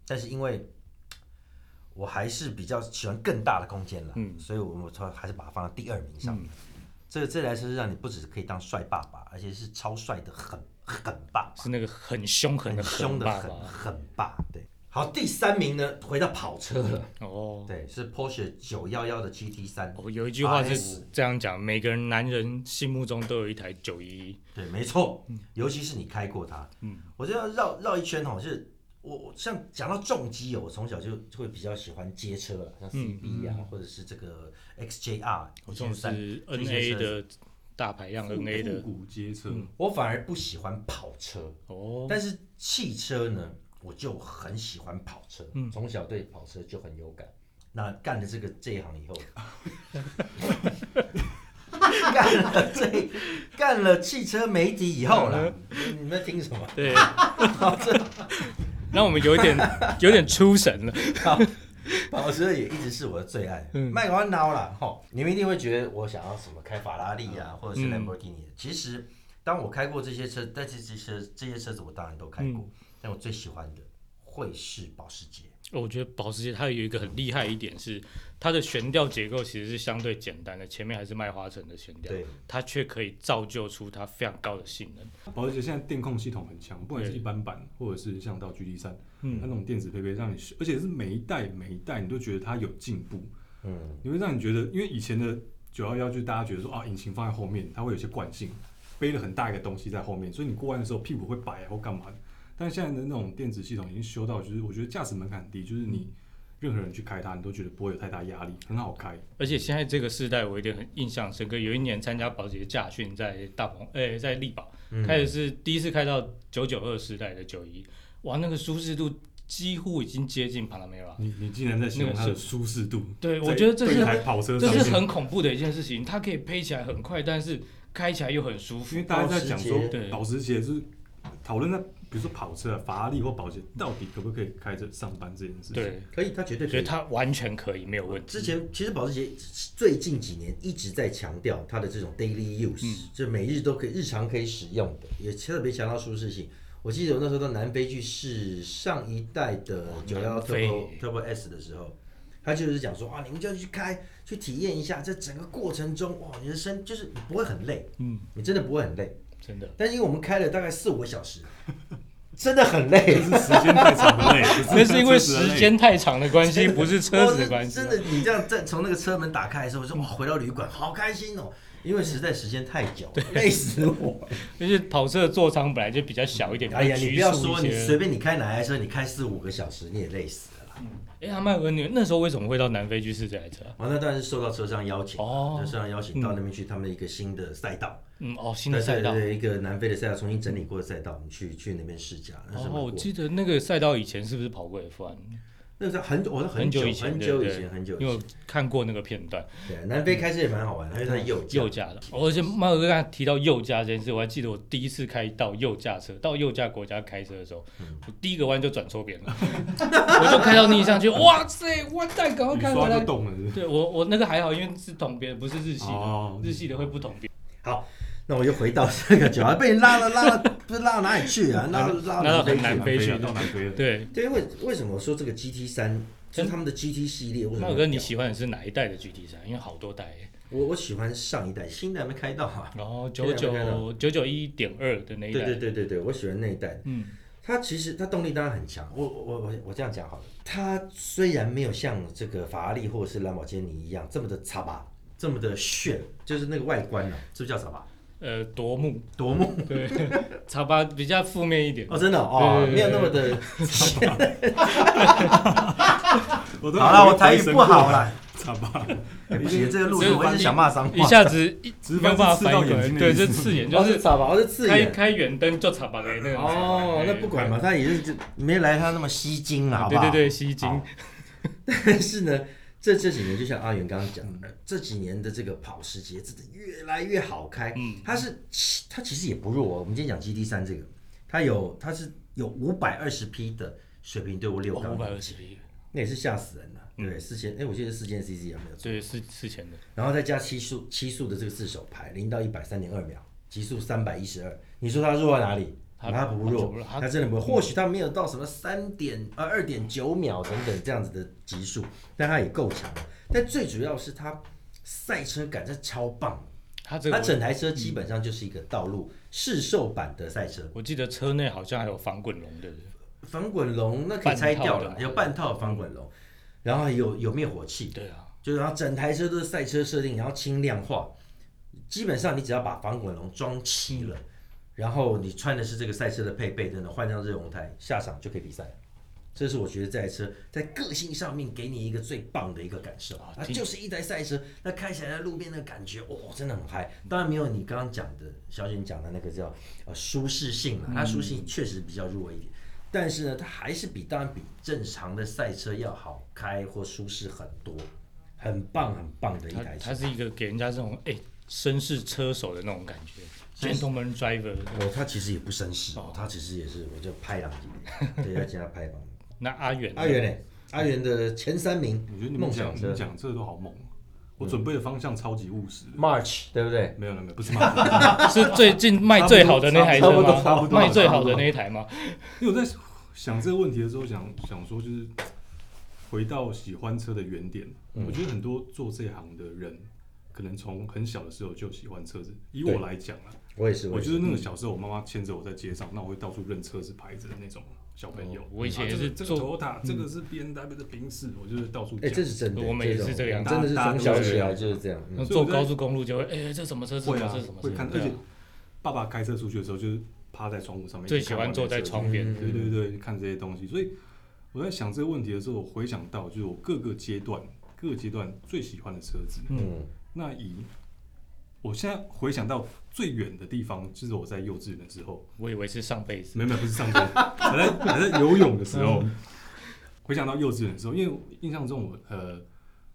Speaker 1: 但是因为我还是比较喜欢更大的空间了，
Speaker 3: 嗯
Speaker 1: 所以我我才还是把它放到第二名上。
Speaker 3: 嗯，
Speaker 1: 这这台车是让你不只是可以当帅爸爸，而且是超帅的很很爸爸，
Speaker 3: 是那个很凶狠的
Speaker 1: 凶的
Speaker 3: 爸
Speaker 1: 很
Speaker 3: 爸
Speaker 1: 很爸。对，好，第三名呢，回到跑车了，
Speaker 3: 哦。
Speaker 1: 对，是 Porsche 九幺幺的 GT 三。
Speaker 3: 我有一句话
Speaker 1: RS
Speaker 3: 是这样讲，每个人男人心目中都有一台九一一，
Speaker 1: 对，没错，
Speaker 3: 嗯
Speaker 1: 尤其是你开过它，嗯，我就要绕绕一圈哦，就是我我像讲到重机哦，我从小就就会比较喜欢街车了，像 CB 啊，或者是这个 XJR，
Speaker 3: 嗯我这种
Speaker 1: 133
Speaker 3: 是
Speaker 1: 这些
Speaker 3: NA
Speaker 1: 车
Speaker 3: 的大排量 NA
Speaker 2: 复
Speaker 3: 的
Speaker 2: 古街车，
Speaker 1: 我反而不喜欢跑车，
Speaker 3: 哦，
Speaker 1: 但是汽车呢，我就很喜欢跑车，
Speaker 3: 嗯
Speaker 1: 从小对跑车就很有感。那干了这个这一行 以后，干了这干了汽车媒体以后了，你们在听什么？
Speaker 3: 对，让我们有一点有点出神了。
Speaker 1: 跑车也一直是我的最爱，卖完刀了吼，你们一定会觉得我想要什么开法拉利啊，或者是
Speaker 3: 嗯
Speaker 1: 兰博基尼。其实，当我开过这些车，但是这些这些车子我当然都开过，但我最喜欢的会是保时捷。
Speaker 3: 我觉得保时捷它有一个很厉害一点是，它的悬吊结构其实是相对简单的，前面还是麦花臣的悬吊，
Speaker 1: 对，
Speaker 3: 它却可以造就出它非常高的性能。
Speaker 2: 保时捷现在电控系统很强，不管是一般版或者是像到 GT 三，
Speaker 3: 嗯
Speaker 2: 它那种电子配备让你，而且是每一代每一代你都觉得它有进步，
Speaker 1: 嗯，
Speaker 2: 你会让你觉得，因为以前的九幺幺就是大家觉得说啊，引擎放在后面，它会有些惯性，背了很大一个东西在后面，所以你过弯的时候屁股会摆啊或干嘛的。但现在的那种电子系统已经修到，就是我觉得驾驶门槛很低，就是你任何人去开它，你都觉得不会有太大压力，很好开。
Speaker 3: 而且现在这个世代，我有点很印象深刻。有一年参加保时捷驾训，在大鹏，诶、在力宝，
Speaker 2: 嗯
Speaker 3: 开的是第一次开到九九二世代的九一，哇，那个舒适度几乎已经接近 Panamera。
Speaker 2: 你你竟然在形容它的舒适度，
Speaker 3: 对，
Speaker 2: 在
Speaker 3: 我觉得这
Speaker 2: 对一
Speaker 3: 是
Speaker 2: 台跑车上
Speaker 3: 这
Speaker 2: 面
Speaker 3: 是很恐怖的一件事情。它可以飞起来很快，但是开起来又很舒
Speaker 2: 因
Speaker 3: 服
Speaker 2: 为。大家在讲
Speaker 1: 哦保时
Speaker 2: 说
Speaker 1: 捷
Speaker 3: 对
Speaker 2: 保时捷就是讨论在比如说跑车、啊、法拉利或保时捷，到底可不可以开着上班这件事情？
Speaker 3: 对，
Speaker 1: 可以，他绝对
Speaker 3: 我觉
Speaker 1: 可
Speaker 3: 得
Speaker 1: 以。
Speaker 3: 它完全可以，没有问题。
Speaker 1: 之前其实保时捷最近几年一直在强调它的这种 daily use，、就
Speaker 3: 嗯
Speaker 1: 每日都可以日常可以使用的，也特别强调舒适性。我记得我那时候到南非去试上一代的九幺
Speaker 3: 哦南非
Speaker 1: Turbo Turbo S 的时候，他就是讲说啊，你们就去开，去体验一下，这整个过程中，哇，你的身就是你不会很累，嗯，你真的不会很累。
Speaker 3: 真的。
Speaker 1: 但是因为我们开了大概四五个小时，真的很累
Speaker 2: 就。是时间太长了， 欸
Speaker 3: 那是因为时
Speaker 2: 间。
Speaker 3: 间太长的关系，不是车子的
Speaker 1: 哇那
Speaker 3: 关系啊。
Speaker 1: 真的，你这样在从那个车门打开的时候，我说哇，回到旅馆好开心哦，因为实在时间太久了，累死我。
Speaker 3: 就是跑车的座舱本来就比较小一点，
Speaker 1: 哎呀，你
Speaker 3: 比
Speaker 1: 不
Speaker 3: 较
Speaker 1: 要
Speaker 3: 拘束
Speaker 1: 说
Speaker 3: 一
Speaker 1: 你
Speaker 3: 些
Speaker 1: 随便你开哪台车，你开四五个小时你也累死了啦。
Speaker 3: 哎，阿曼文，你那时候为什么会到南非去试这台车啊？
Speaker 1: 完哦了，当然是受到车商邀请，啊
Speaker 3: 哦
Speaker 1: 就车商邀请到那边去，他们一个新的赛道，
Speaker 3: 嗯，哦，新的赛道。
Speaker 1: 对对对一个南非的赛道，重新整理过的赛道，我们去去那边试驾。那是
Speaker 3: 哦，
Speaker 1: 蛮
Speaker 3: 我
Speaker 1: 过
Speaker 3: 记得那个赛道以前是不是跑过 F1？
Speaker 1: 那是很久，我是
Speaker 3: 很
Speaker 1: 久
Speaker 3: 以前，
Speaker 1: 很
Speaker 3: 对
Speaker 1: 久以
Speaker 3: 对
Speaker 1: 前，很久以
Speaker 3: 因为
Speaker 1: 前
Speaker 3: 我。看过那个片段，
Speaker 1: 对，南非开车也蛮好玩的，因为它右驾
Speaker 3: 右驾的。哦而且马尔哥刚才提到右驾这件事，我还记得我第一次开到右驾车，到右驾国家开车的时候，
Speaker 1: 嗯
Speaker 3: 我第一个弯就转错边了， 我就开到逆向去，哇塞，哇塞，赶快
Speaker 2: 雨
Speaker 3: 开
Speaker 2: 刷
Speaker 3: 回来
Speaker 2: 就。动了是不是
Speaker 3: 对我我那个还好，因为是统边，不是日系的
Speaker 2: 哦，
Speaker 3: 日系的会不统边，
Speaker 1: 好，那我就回到这个酒啊，被拉了拉了，不是拉到哪里去啊？拉到拉
Speaker 3: 拉
Speaker 1: 到
Speaker 3: 到
Speaker 1: 南非
Speaker 3: 很南非
Speaker 1: 去
Speaker 3: 去
Speaker 2: 了到南非了。
Speaker 3: 对。
Speaker 1: 对，为为什么说这个 GT 三就是他们的 GT 系列？为什
Speaker 3: 那
Speaker 1: 么
Speaker 3: 我
Speaker 1: 会
Speaker 3: 哥，你
Speaker 1: 掉
Speaker 3: 喜欢的是哪一代的 GT 三？因为好多代耶，
Speaker 1: 我我喜欢上一代，新的还没开到啊。
Speaker 3: 然后
Speaker 1: 现在
Speaker 3: 九
Speaker 1: 有没有看
Speaker 3: 九九九一点二的那
Speaker 1: 对
Speaker 3: 一代，
Speaker 1: 对对对对，我喜欢那一代。
Speaker 3: 嗯，
Speaker 1: 它其实它动力当然很强，我我我我这样讲好了，它虽然没有像这个法拉利或者是兰博基尼一样这么的擦吧，这么的炫，就是那个外观啊，是不是叫擦吧？
Speaker 3: 呃，夺目，
Speaker 1: 夺目
Speaker 3: 对， 茶吧比较负面一点，
Speaker 1: 哦，真的哦，
Speaker 3: 对对对
Speaker 1: 没有那么的。
Speaker 2: 我都
Speaker 1: 好了，
Speaker 2: 以为
Speaker 1: 我台语
Speaker 2: 飞升
Speaker 1: 不好
Speaker 2: 过来，
Speaker 1: 了，
Speaker 2: 惨吧？
Speaker 1: 哎不行，这个录
Speaker 3: 这
Speaker 1: 音我一直想骂脏
Speaker 3: 一
Speaker 1: 话。
Speaker 3: 下子一
Speaker 2: 直
Speaker 3: 没
Speaker 2: 翻
Speaker 3: 有办法
Speaker 2: 是刺
Speaker 3: 反
Speaker 2: 到
Speaker 3: 应过
Speaker 2: 眼
Speaker 3: 来，
Speaker 2: 睛的
Speaker 3: 对，
Speaker 2: 意
Speaker 3: 这
Speaker 2: 思
Speaker 3: 刺眼
Speaker 1: 哦
Speaker 3: 就是是
Speaker 1: 擦吧，我是刺
Speaker 3: 开
Speaker 1: 眼。
Speaker 3: 开远灯就茶吧的那个，
Speaker 1: 哦，那不管嘛，他也是没来他那么吸睛了，好
Speaker 3: 哎，
Speaker 1: 不
Speaker 3: 对
Speaker 1: 好？
Speaker 3: 对对，吸睛
Speaker 1: 好， 但是呢，这这几年就像阿元刚刚讲的，这几年的这个跑时节真的越来越好开。嗯，它是它其实也不弱、哦。我们今天讲 GT 三这个，它有它是有五百二十匹的水平对过六
Speaker 3: 五
Speaker 1: 缸，
Speaker 3: 百二嗯十匹，
Speaker 1: 那也是吓死人了、对，四千哎，我记得是四千 CC 啊，没有错。
Speaker 3: 对，是四前的，
Speaker 1: 然后再加七速七速的这个自手排，零到一百三点二秒，极速三百一十二。你说它弱在哪里？
Speaker 3: 它
Speaker 1: 它不
Speaker 3: 它
Speaker 1: 弱
Speaker 3: 不弱，它
Speaker 1: 它真的不弱。或许它没有到什么三点呃二点九秒等等这样子的极速，但它也够强。但最主要是它赛车感是超棒的，
Speaker 3: 它这
Speaker 1: 它
Speaker 3: 个我
Speaker 1: 整台车基本上就是一个道路市售版的赛车。
Speaker 3: 我记得车内好像还有防滚笼，对不对？
Speaker 1: 防滚笼那可以拆掉
Speaker 3: 半
Speaker 1: 了
Speaker 3: 套，的
Speaker 1: 有半套防滚笼，然后有有灭火器，
Speaker 3: 对啊，
Speaker 1: 就是然后整台车都是赛车设定，然后轻量化，基本上你只要把防滚笼装漆了，然后你穿的是这个赛车的配备，等等，换上这种台下场就可以比赛了。这是我觉得这台车在个性上面给你一个最棒的一个感受
Speaker 3: 啊，
Speaker 1: 它
Speaker 3: 听
Speaker 1: 就是一台赛车，那开起来在路边的感觉，哇、真的很嗨。当然没有你刚刚讲的小雪你讲的那个叫呃舒适性啦，它舒适性确实比较弱一点，但是呢，它还是比当然比正常的赛车要好开或舒适很多，很棒很棒的一
Speaker 3: 它
Speaker 1: 台车
Speaker 3: 它。是一个给人家这种哎绅士车手的那种感觉，gentleman driver。
Speaker 1: 哦，它其实也不绅士，哦，它其实也是，我就拍两集，对，要加拍吧。
Speaker 3: 那阿远呢，
Speaker 1: 阿元呢？阿元的前三名
Speaker 2: 我觉得你们
Speaker 1: 梦
Speaker 2: 讲
Speaker 1: 想
Speaker 2: 你们
Speaker 1: 车嗯
Speaker 2: 讲这都好猛哦，我准备的方向超级务实的。
Speaker 1: March 对不对？
Speaker 2: 没有了，没有， 不是嘛？
Speaker 3: 是最近卖最好的那台车
Speaker 1: 差不多差不
Speaker 3: 吗？
Speaker 1: 多嗯
Speaker 3: 卖最好的那一台吗？
Speaker 2: 因为我在想这个问题的时候，想想说就是回到喜欢车的原点。
Speaker 3: 嗯
Speaker 2: 我觉得很多做这行的人，可能从很小的时候就喜欢车子。以我
Speaker 1: 对
Speaker 2: 来讲啊，
Speaker 1: 我也是，
Speaker 2: 我
Speaker 1: 也
Speaker 2: 就是是那个小时候，我妈妈牵着我在街上，那我会到处认车子牌子的那种小朋友
Speaker 3: 哦。我以前
Speaker 2: 啊
Speaker 3: 也
Speaker 2: 这个
Speaker 3: 是
Speaker 2: 这个
Speaker 3: 做嗯
Speaker 2: Toyota，这个是 B N W 的宾士，我就是到处
Speaker 1: 哎，
Speaker 2: 讲。
Speaker 1: 这是真的，
Speaker 3: 我们也是
Speaker 1: 这
Speaker 3: 这个样
Speaker 2: 子
Speaker 1: 真的是从小起来就是这样。嗯
Speaker 2: 所
Speaker 3: 那
Speaker 2: 以
Speaker 3: 坐
Speaker 2: 我在
Speaker 3: 高速公路就会，哎、这什么车？这
Speaker 2: 会
Speaker 3: 什么
Speaker 2: 啊
Speaker 3: 车？什么，车？
Speaker 2: 会看，而
Speaker 3: 对啊
Speaker 2: 且爸爸开车出去的时候，就是趴在窗户上面，
Speaker 3: 最喜欢坐在窗边。
Speaker 2: 对
Speaker 1: 嗯
Speaker 2: 对对，看这些东西。所以我在想这个问题的时候，我回想到就是我各个阶段、各个阶段最喜欢的车子。
Speaker 1: 嗯，
Speaker 2: 那以我现在回想到最远的地方，就是我在幼稚园的时候，
Speaker 3: 我以为是上辈子。
Speaker 2: 没有没有不是上课，还在还在游泳的时候，回想到幼稚园的时候，因为我印象中我呃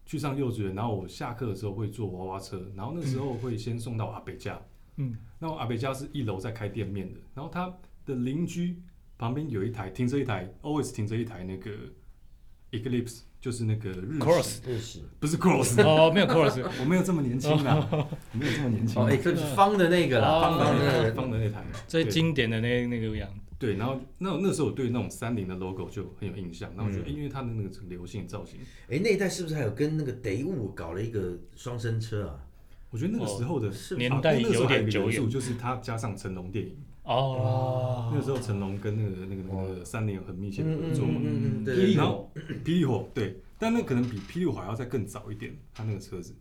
Speaker 2: 去上幼稚园，然后我下课的时候会坐娃娃车，然后那时候会先送到我阿北家，
Speaker 3: 嗯，
Speaker 2: 那我阿北家是一楼在开店面的，然后他的邻居旁边有一台停着一台 always 停着一台那个 Eclipse，就是那个日
Speaker 3: Cross
Speaker 1: 日系
Speaker 2: 不是 Cross，
Speaker 3: 哦，没有 cross，
Speaker 2: 我没有这么年轻啦，我没有这么年轻
Speaker 1: 哦，
Speaker 2: 啦。
Speaker 1: 哎，这是方的那个啦，
Speaker 3: 哦
Speaker 1: 方的
Speaker 2: 放的
Speaker 1: 那
Speaker 2: 那
Speaker 1: 个
Speaker 2: 台，放的那台，
Speaker 3: 最
Speaker 2: 对
Speaker 3: 经典的那那个样子。
Speaker 2: 对，然后那那时候我对那种三菱的 logo 就很有印象，那我觉得、
Speaker 1: 嗯嗯
Speaker 2: 诶因为它的那个整个流线造型，
Speaker 1: 哎，那一代是不是还有跟那个得物搞了一个双生车啊？
Speaker 2: 我觉得那个时候的、
Speaker 1: 是
Speaker 2: 啊
Speaker 3: 年代
Speaker 2: 那个时候
Speaker 3: 有
Speaker 2: 还
Speaker 3: 点
Speaker 2: 一个
Speaker 3: 久
Speaker 2: 元素
Speaker 3: 远
Speaker 2: 就是它加上成龙电影，
Speaker 3: 哦，
Speaker 2: 那个时候成龙跟那个那个那个三菱有很密切的合作嘛，
Speaker 1: 嗯嗯嗯嗯，对
Speaker 2: 霹
Speaker 1: 对
Speaker 2: 雳
Speaker 1: 对，
Speaker 2: 火，霹雳火，对，但那可能比霹雳火还要再更早一点，它那个车子，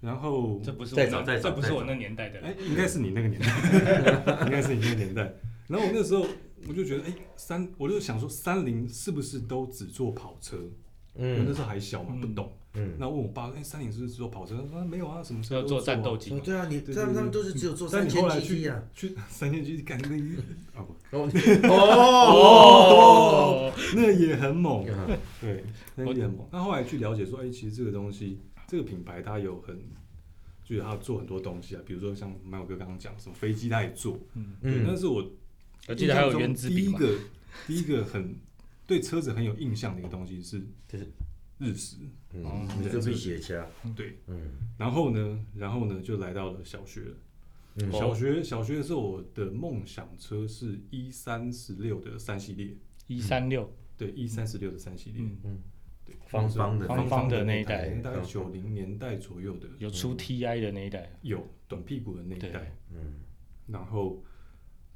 Speaker 2: 然后
Speaker 3: 这不是
Speaker 1: 再
Speaker 3: 我那
Speaker 1: 找再找
Speaker 3: 这不是
Speaker 1: 再
Speaker 3: 我
Speaker 1: 找
Speaker 3: 那年代的
Speaker 2: 哎、
Speaker 3: 了。
Speaker 2: 应该是你那个年代， 应该是你那个年代。然后我那时候我就觉得，哎、三，我就想说，三菱是不是都只做跑车？因为那
Speaker 1: 嗯
Speaker 2: 时候还小嘛，
Speaker 3: 嗯
Speaker 2: 不懂。
Speaker 1: 嗯，
Speaker 2: 那问我爸，哎、三菱是不是只做跑车？他说啊没有啊，什么车
Speaker 3: 要
Speaker 2: 都
Speaker 3: 做
Speaker 2: 啊
Speaker 3: 战斗机
Speaker 1: 哦，对啊，你
Speaker 2: 对对
Speaker 1: 他们
Speaker 2: 对
Speaker 1: 他们都是只有做
Speaker 2: 但
Speaker 1: 三
Speaker 2: 你
Speaker 1: 千
Speaker 2: 后来去
Speaker 1: GT 啊，
Speaker 2: 去三千 GT 干那一啊不，
Speaker 1: 哦哦，
Speaker 3: 哦，
Speaker 2: 那也很猛，
Speaker 1: 嗯
Speaker 2: 对，那也很猛。那后来去了解说，哎、其实这个东西，这个品牌它有很，就是它做很多东西啊，比如说像马友哥刚刚讲什么飞机，它也做，
Speaker 3: 嗯，
Speaker 2: 对，
Speaker 1: 嗯
Speaker 2: 但是我
Speaker 3: 我记得还有
Speaker 2: 印象中
Speaker 3: 原子
Speaker 2: 第
Speaker 3: 笔
Speaker 2: 一
Speaker 3: 嘛，
Speaker 2: 个第一个很对车子很有印象的一个东西是
Speaker 1: 就是
Speaker 2: 日食，
Speaker 1: 嗯
Speaker 3: 哦，
Speaker 1: 你就必写掐，
Speaker 2: 对。
Speaker 1: 嗯
Speaker 2: 然后呢，然后呢就来到了小学了。
Speaker 1: 嗯
Speaker 2: 小学小学的时候，我的梦想车是 E 三十六的三系列，
Speaker 3: 一三六，
Speaker 2: 对 E 三十六的三系列，
Speaker 3: 嗯，
Speaker 2: 对，
Speaker 1: 方方的
Speaker 2: 方
Speaker 3: 方
Speaker 2: 方
Speaker 3: 的那
Speaker 2: 那
Speaker 3: 一代嗯
Speaker 2: 大概九零年代左右的，
Speaker 3: 有出 TI 的那一代，
Speaker 2: 有短屁股的那一
Speaker 3: 对
Speaker 2: 代。
Speaker 1: 嗯，
Speaker 2: 然后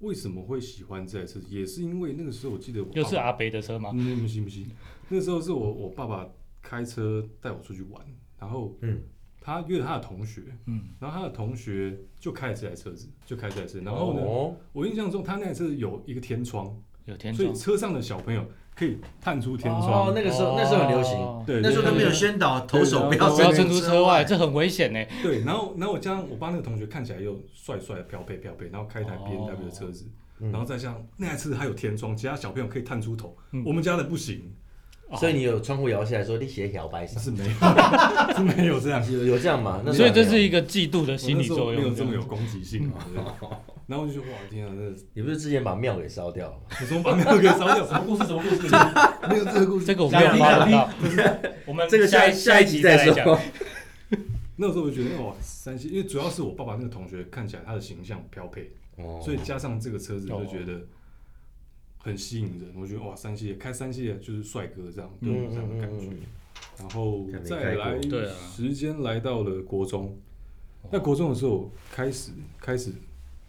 Speaker 2: 为什么会喜欢这台车？也是因为那个时候，我记得我
Speaker 3: 又
Speaker 2: 爸
Speaker 3: 是
Speaker 2: 爸
Speaker 3: 阿北的车吗？
Speaker 2: 嗯，不行不行，那时候是我我爸爸开车带我出去玩，然后
Speaker 1: 嗯
Speaker 2: 他约了他的同学，
Speaker 3: 嗯，
Speaker 2: 然后他的同学就开了这台车子，就开这台车。然后呢，
Speaker 1: 哦
Speaker 2: 我印象中他那台车子有一个天窗，
Speaker 3: 有天
Speaker 2: 所以
Speaker 3: 窗，
Speaker 2: 车上的小朋友可以探出天
Speaker 1: 哦
Speaker 2: 窗。
Speaker 1: 那个时候那时候很流行，
Speaker 2: 对，
Speaker 1: 那时候他
Speaker 2: 对
Speaker 1: 们有宣导投手不
Speaker 2: 对
Speaker 1: 要
Speaker 3: 不要
Speaker 1: 伸
Speaker 3: 伸出车外，，这很危险呢。
Speaker 2: 对，然后然后我加上我爸那个同学看起来又帅帅的飘配飘配，然后开一台
Speaker 3: 哦
Speaker 2: B N W 的车子，
Speaker 1: 嗯
Speaker 2: 然后再像那台车子还有天窗，其他小朋友可以探出头，
Speaker 3: 嗯
Speaker 2: 我们家的不行，哦
Speaker 1: 所以你有窗户摇下来说你写小白上，
Speaker 2: 是没有 是没有这样。
Speaker 1: 有有这样吗？那时
Speaker 3: 所
Speaker 1: 候
Speaker 3: 以这
Speaker 1: 没
Speaker 3: 是
Speaker 1: 有
Speaker 3: 一个嫉妒的
Speaker 2: 我
Speaker 3: 心
Speaker 2: 那
Speaker 3: 理
Speaker 2: 时候
Speaker 3: 作
Speaker 2: 没有
Speaker 3: 用。
Speaker 2: 这么有
Speaker 3: 样嗯
Speaker 2: 攻击性啊。对然后我就觉得哇，天啊，那
Speaker 1: 你不是之前把庙给烧掉了吗？
Speaker 2: 你从把庙给烧掉， 什么故事？什么故事？没有这个故
Speaker 3: 这个我没有发想
Speaker 1: 两
Speaker 3: 到，我们
Speaker 1: 这个下
Speaker 3: 下
Speaker 1: 下一集
Speaker 3: 集
Speaker 1: 再
Speaker 3: 来讲。
Speaker 1: 说。
Speaker 2: 那时候我就觉得哇，三星，因为主要是我爸爸那个同学看起来他的形象标配，
Speaker 1: 哦
Speaker 2: 所以加上这个车子就觉得很吸引人。我觉得哇，三系开三系就是帅哥这样，对
Speaker 1: 嗯
Speaker 2: 这样的感觉。然后
Speaker 1: 看没
Speaker 2: 再
Speaker 1: 开过哦
Speaker 2: 来
Speaker 3: 对啊，
Speaker 2: 时间来到了国中。那国中的时候开始开始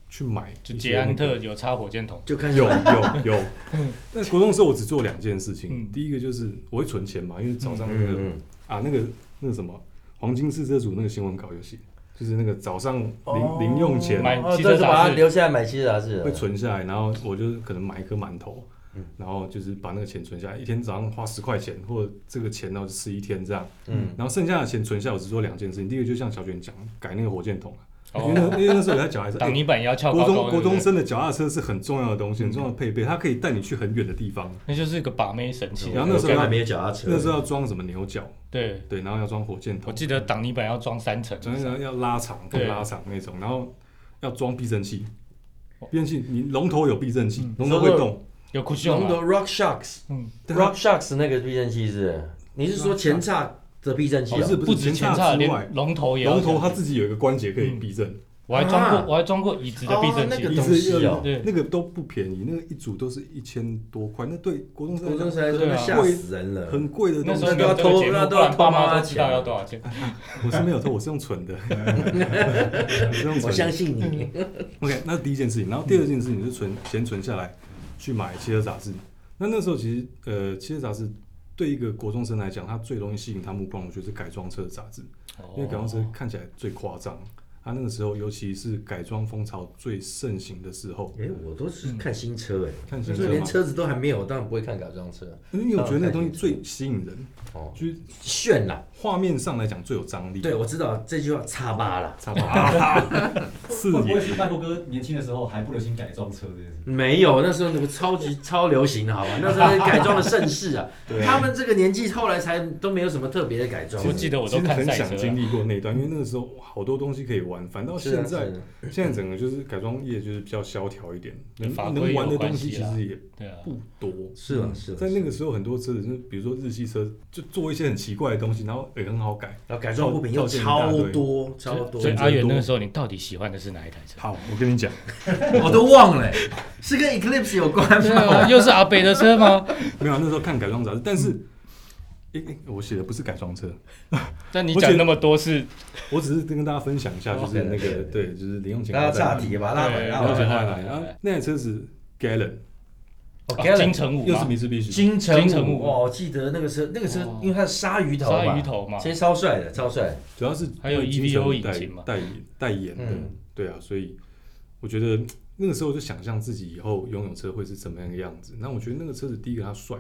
Speaker 2: 去买
Speaker 3: 就
Speaker 2: 一些
Speaker 3: 捷安
Speaker 2: 那个
Speaker 3: 特有插火箭筒，
Speaker 1: 就看
Speaker 2: 有有 有。那国中的时候，我只做两件事情。
Speaker 3: 嗯
Speaker 2: 第一个就是我会存钱嘛，因为早上那个、
Speaker 1: 嗯嗯
Speaker 2: 啊，那个那个什么黄金四车组那个新闻稿有写，就是那个早上零、零用钱
Speaker 3: 买
Speaker 1: 哦
Speaker 3: 汽
Speaker 1: 对
Speaker 3: 车杂志
Speaker 1: 是把它留下来买汽车杂志
Speaker 2: 会
Speaker 1: 的，
Speaker 2: 存下来，然后我就可能买一颗馒头。然后就是把那个钱存下来，一天早上花十块钱，或者这个钱然后就吃一天这样，
Speaker 1: 嗯，
Speaker 2: 然后剩下的钱存下，我只做两件事情。第一个就像小卷讲，改那个火箭筒啊，因为
Speaker 3: 哦，
Speaker 2: 那因为那时候我在脚还是哎
Speaker 3: 挡泥板也要翘
Speaker 2: 国
Speaker 3: 高
Speaker 2: 中
Speaker 3: 高，
Speaker 2: 国
Speaker 3: 对不
Speaker 2: 中
Speaker 3: 对
Speaker 2: 生的脚踏车是很重要的东西，很重要的配备，它可以带你去很远的地方。
Speaker 3: 那就是个把妹神器。
Speaker 2: 然后那时候
Speaker 1: 我还没有脚踏车，
Speaker 2: 那时候要装什么牛角，
Speaker 3: 对，
Speaker 2: 对，然后要装火箭
Speaker 3: 我
Speaker 2: 筒，
Speaker 3: 记得挡泥板要装三层，
Speaker 2: 装要要拉长，
Speaker 3: 对哦
Speaker 2: 拉长那种，然后要装避震器。避震器，你龙头有避震
Speaker 3: 嗯
Speaker 2: 器，龙头
Speaker 1: 龙头
Speaker 2: 会动，
Speaker 3: 有酷炫
Speaker 1: 龙
Speaker 3: 嘛？
Speaker 1: 头 Rock Shocks
Speaker 3: 嗯，
Speaker 2: 对啊
Speaker 1: Rock Shocks 那个避震器是？你是说前叉的避震器
Speaker 2: 不
Speaker 1: 啊？
Speaker 2: 哦是
Speaker 3: 不止前叉，
Speaker 2: 之
Speaker 3: 连
Speaker 2: 外，
Speaker 3: 龙头也要
Speaker 2: 龙头
Speaker 3: 讲
Speaker 2: 它自己有一个关节可以避震，
Speaker 3: 我还装
Speaker 1: 啊
Speaker 3: 过，我还装过椅子的避震
Speaker 1: 哦那个
Speaker 3: 器。
Speaker 2: 一直
Speaker 1: 东西哦
Speaker 3: 对
Speaker 2: 那个都不便宜，那个一组都是一千多块，那对国中
Speaker 1: 国
Speaker 2: 生
Speaker 1: 中
Speaker 2: 来
Speaker 1: 生来说那
Speaker 3: 对啊
Speaker 1: 吓死
Speaker 2: 讲
Speaker 1: 人了，
Speaker 2: 很贵的东
Speaker 3: 那时
Speaker 2: 西
Speaker 3: 候。没有这个节目，不然爸妈都知道要多少钱。
Speaker 2: 我是没有偷，我是用存的，我是用
Speaker 1: 我
Speaker 2: 存的
Speaker 1: 相。信你，
Speaker 2: 嗯 OK，那是第一件事情，然后第二件事情就是存钱存下来去买汽车杂志。那那时候其实呃，汽车杂志对一个国中生来讲，它最容易吸引他目光，我觉得是改装车的杂志，
Speaker 3: 哦
Speaker 2: 因为改装车看起来最夸张。它那个时候，尤其是改装风潮最盛行的时候，
Speaker 1: 哎，我都是看新车哎，
Speaker 2: 嗯看新车
Speaker 1: 所
Speaker 2: 嘛
Speaker 1: 以连车子都还没有，当然不会看改装车
Speaker 2: 因为我觉得那个东西最吸引人，
Speaker 1: 哦，
Speaker 2: 就是
Speaker 1: 炫啦，
Speaker 2: 画面上来讲最有张力。
Speaker 1: 对，，我知道这句话叉八啦，
Speaker 2: 差不多， 刺
Speaker 4: 会不会
Speaker 2: 眼。
Speaker 4: 是拜托哥年轻的时候还不流行改装车这件事？
Speaker 1: 没有，那时候那个超级超流行的，好吧？那时候改装的盛世啊，
Speaker 2: 对啊
Speaker 1: 他们这个年纪后来才都没有什么特别的改装。
Speaker 3: 我记得我
Speaker 2: 其
Speaker 3: 都
Speaker 2: 实
Speaker 3: 看
Speaker 2: 很
Speaker 3: 赛
Speaker 2: 想
Speaker 3: 车啊
Speaker 2: 经
Speaker 3: 了，
Speaker 2: 历过那一段，因为那个时候好多东西可以玩，反倒
Speaker 1: 是啊
Speaker 2: 现在、
Speaker 1: 是啊
Speaker 2: 现在整个就是改装业就是比较萧条一点，能
Speaker 3: 法规
Speaker 2: 能
Speaker 3: 也
Speaker 2: 玩的
Speaker 3: 有
Speaker 2: 东
Speaker 3: 关
Speaker 2: 西
Speaker 3: 系
Speaker 2: 其
Speaker 3: 啦
Speaker 2: 实也
Speaker 3: 对啊，
Speaker 2: 不多。
Speaker 1: 是啊是啊，
Speaker 2: 嗯在那
Speaker 1: 是
Speaker 2: 个
Speaker 1: 啊
Speaker 2: 时候，很多车子就是比如说日系车，就做一些很奇怪的东西，然后也很好改。
Speaker 1: 然后改装物品又
Speaker 2: 造建一大
Speaker 1: 超
Speaker 2: 堆
Speaker 1: 多超多，
Speaker 3: 所以
Speaker 2: 真的
Speaker 3: 阿远
Speaker 2: 多
Speaker 3: 那个时候，你到底喜欢的是哪一台车？
Speaker 2: 好，我跟你讲，
Speaker 5: 我都忘了、欸，是跟 Eclipse 有 关
Speaker 3: 对
Speaker 5: 吗？
Speaker 3: 啊，又是阿北的车吗？
Speaker 2: 没有啊那时候看改装杂志，但是，诶、诶我写的不是改装车，
Speaker 3: 但你
Speaker 2: 我
Speaker 3: 讲
Speaker 2: 觉得
Speaker 3: 那么多是
Speaker 2: 我只是跟大家分享一
Speaker 3: 哦
Speaker 2: 下，就是那个对，就是零用钱
Speaker 1: 然后
Speaker 2: 口袋
Speaker 1: 岔题吧，拉回
Speaker 3: 对
Speaker 1: 拉
Speaker 2: 零用
Speaker 1: 回
Speaker 2: 钱
Speaker 1: 来。
Speaker 2: 后来，啊然后那台车子 Gallon
Speaker 5: 哦
Speaker 3: 啊
Speaker 5: Gallon
Speaker 3: 金城武
Speaker 2: 又是
Speaker 3: 吗？
Speaker 2: 米兹必须，
Speaker 5: 金城武，
Speaker 3: 金城武
Speaker 5: 哇，我记得那个车，那个车
Speaker 3: 哦
Speaker 5: 因为它是鲨鱼头吧，
Speaker 3: 鲨鱼头嘛
Speaker 1: 其，实超帅的，超帅的。
Speaker 2: 主要是
Speaker 3: 还有
Speaker 2: 为金城武
Speaker 3: EVO 引
Speaker 2: 代
Speaker 3: 擎嘛
Speaker 2: 代言代言的
Speaker 1: 嗯，
Speaker 2: 对啊，所以我觉得那个时候就想象自己以后拥有车会是怎么样的样子。那我觉得那个车子第一个它帅，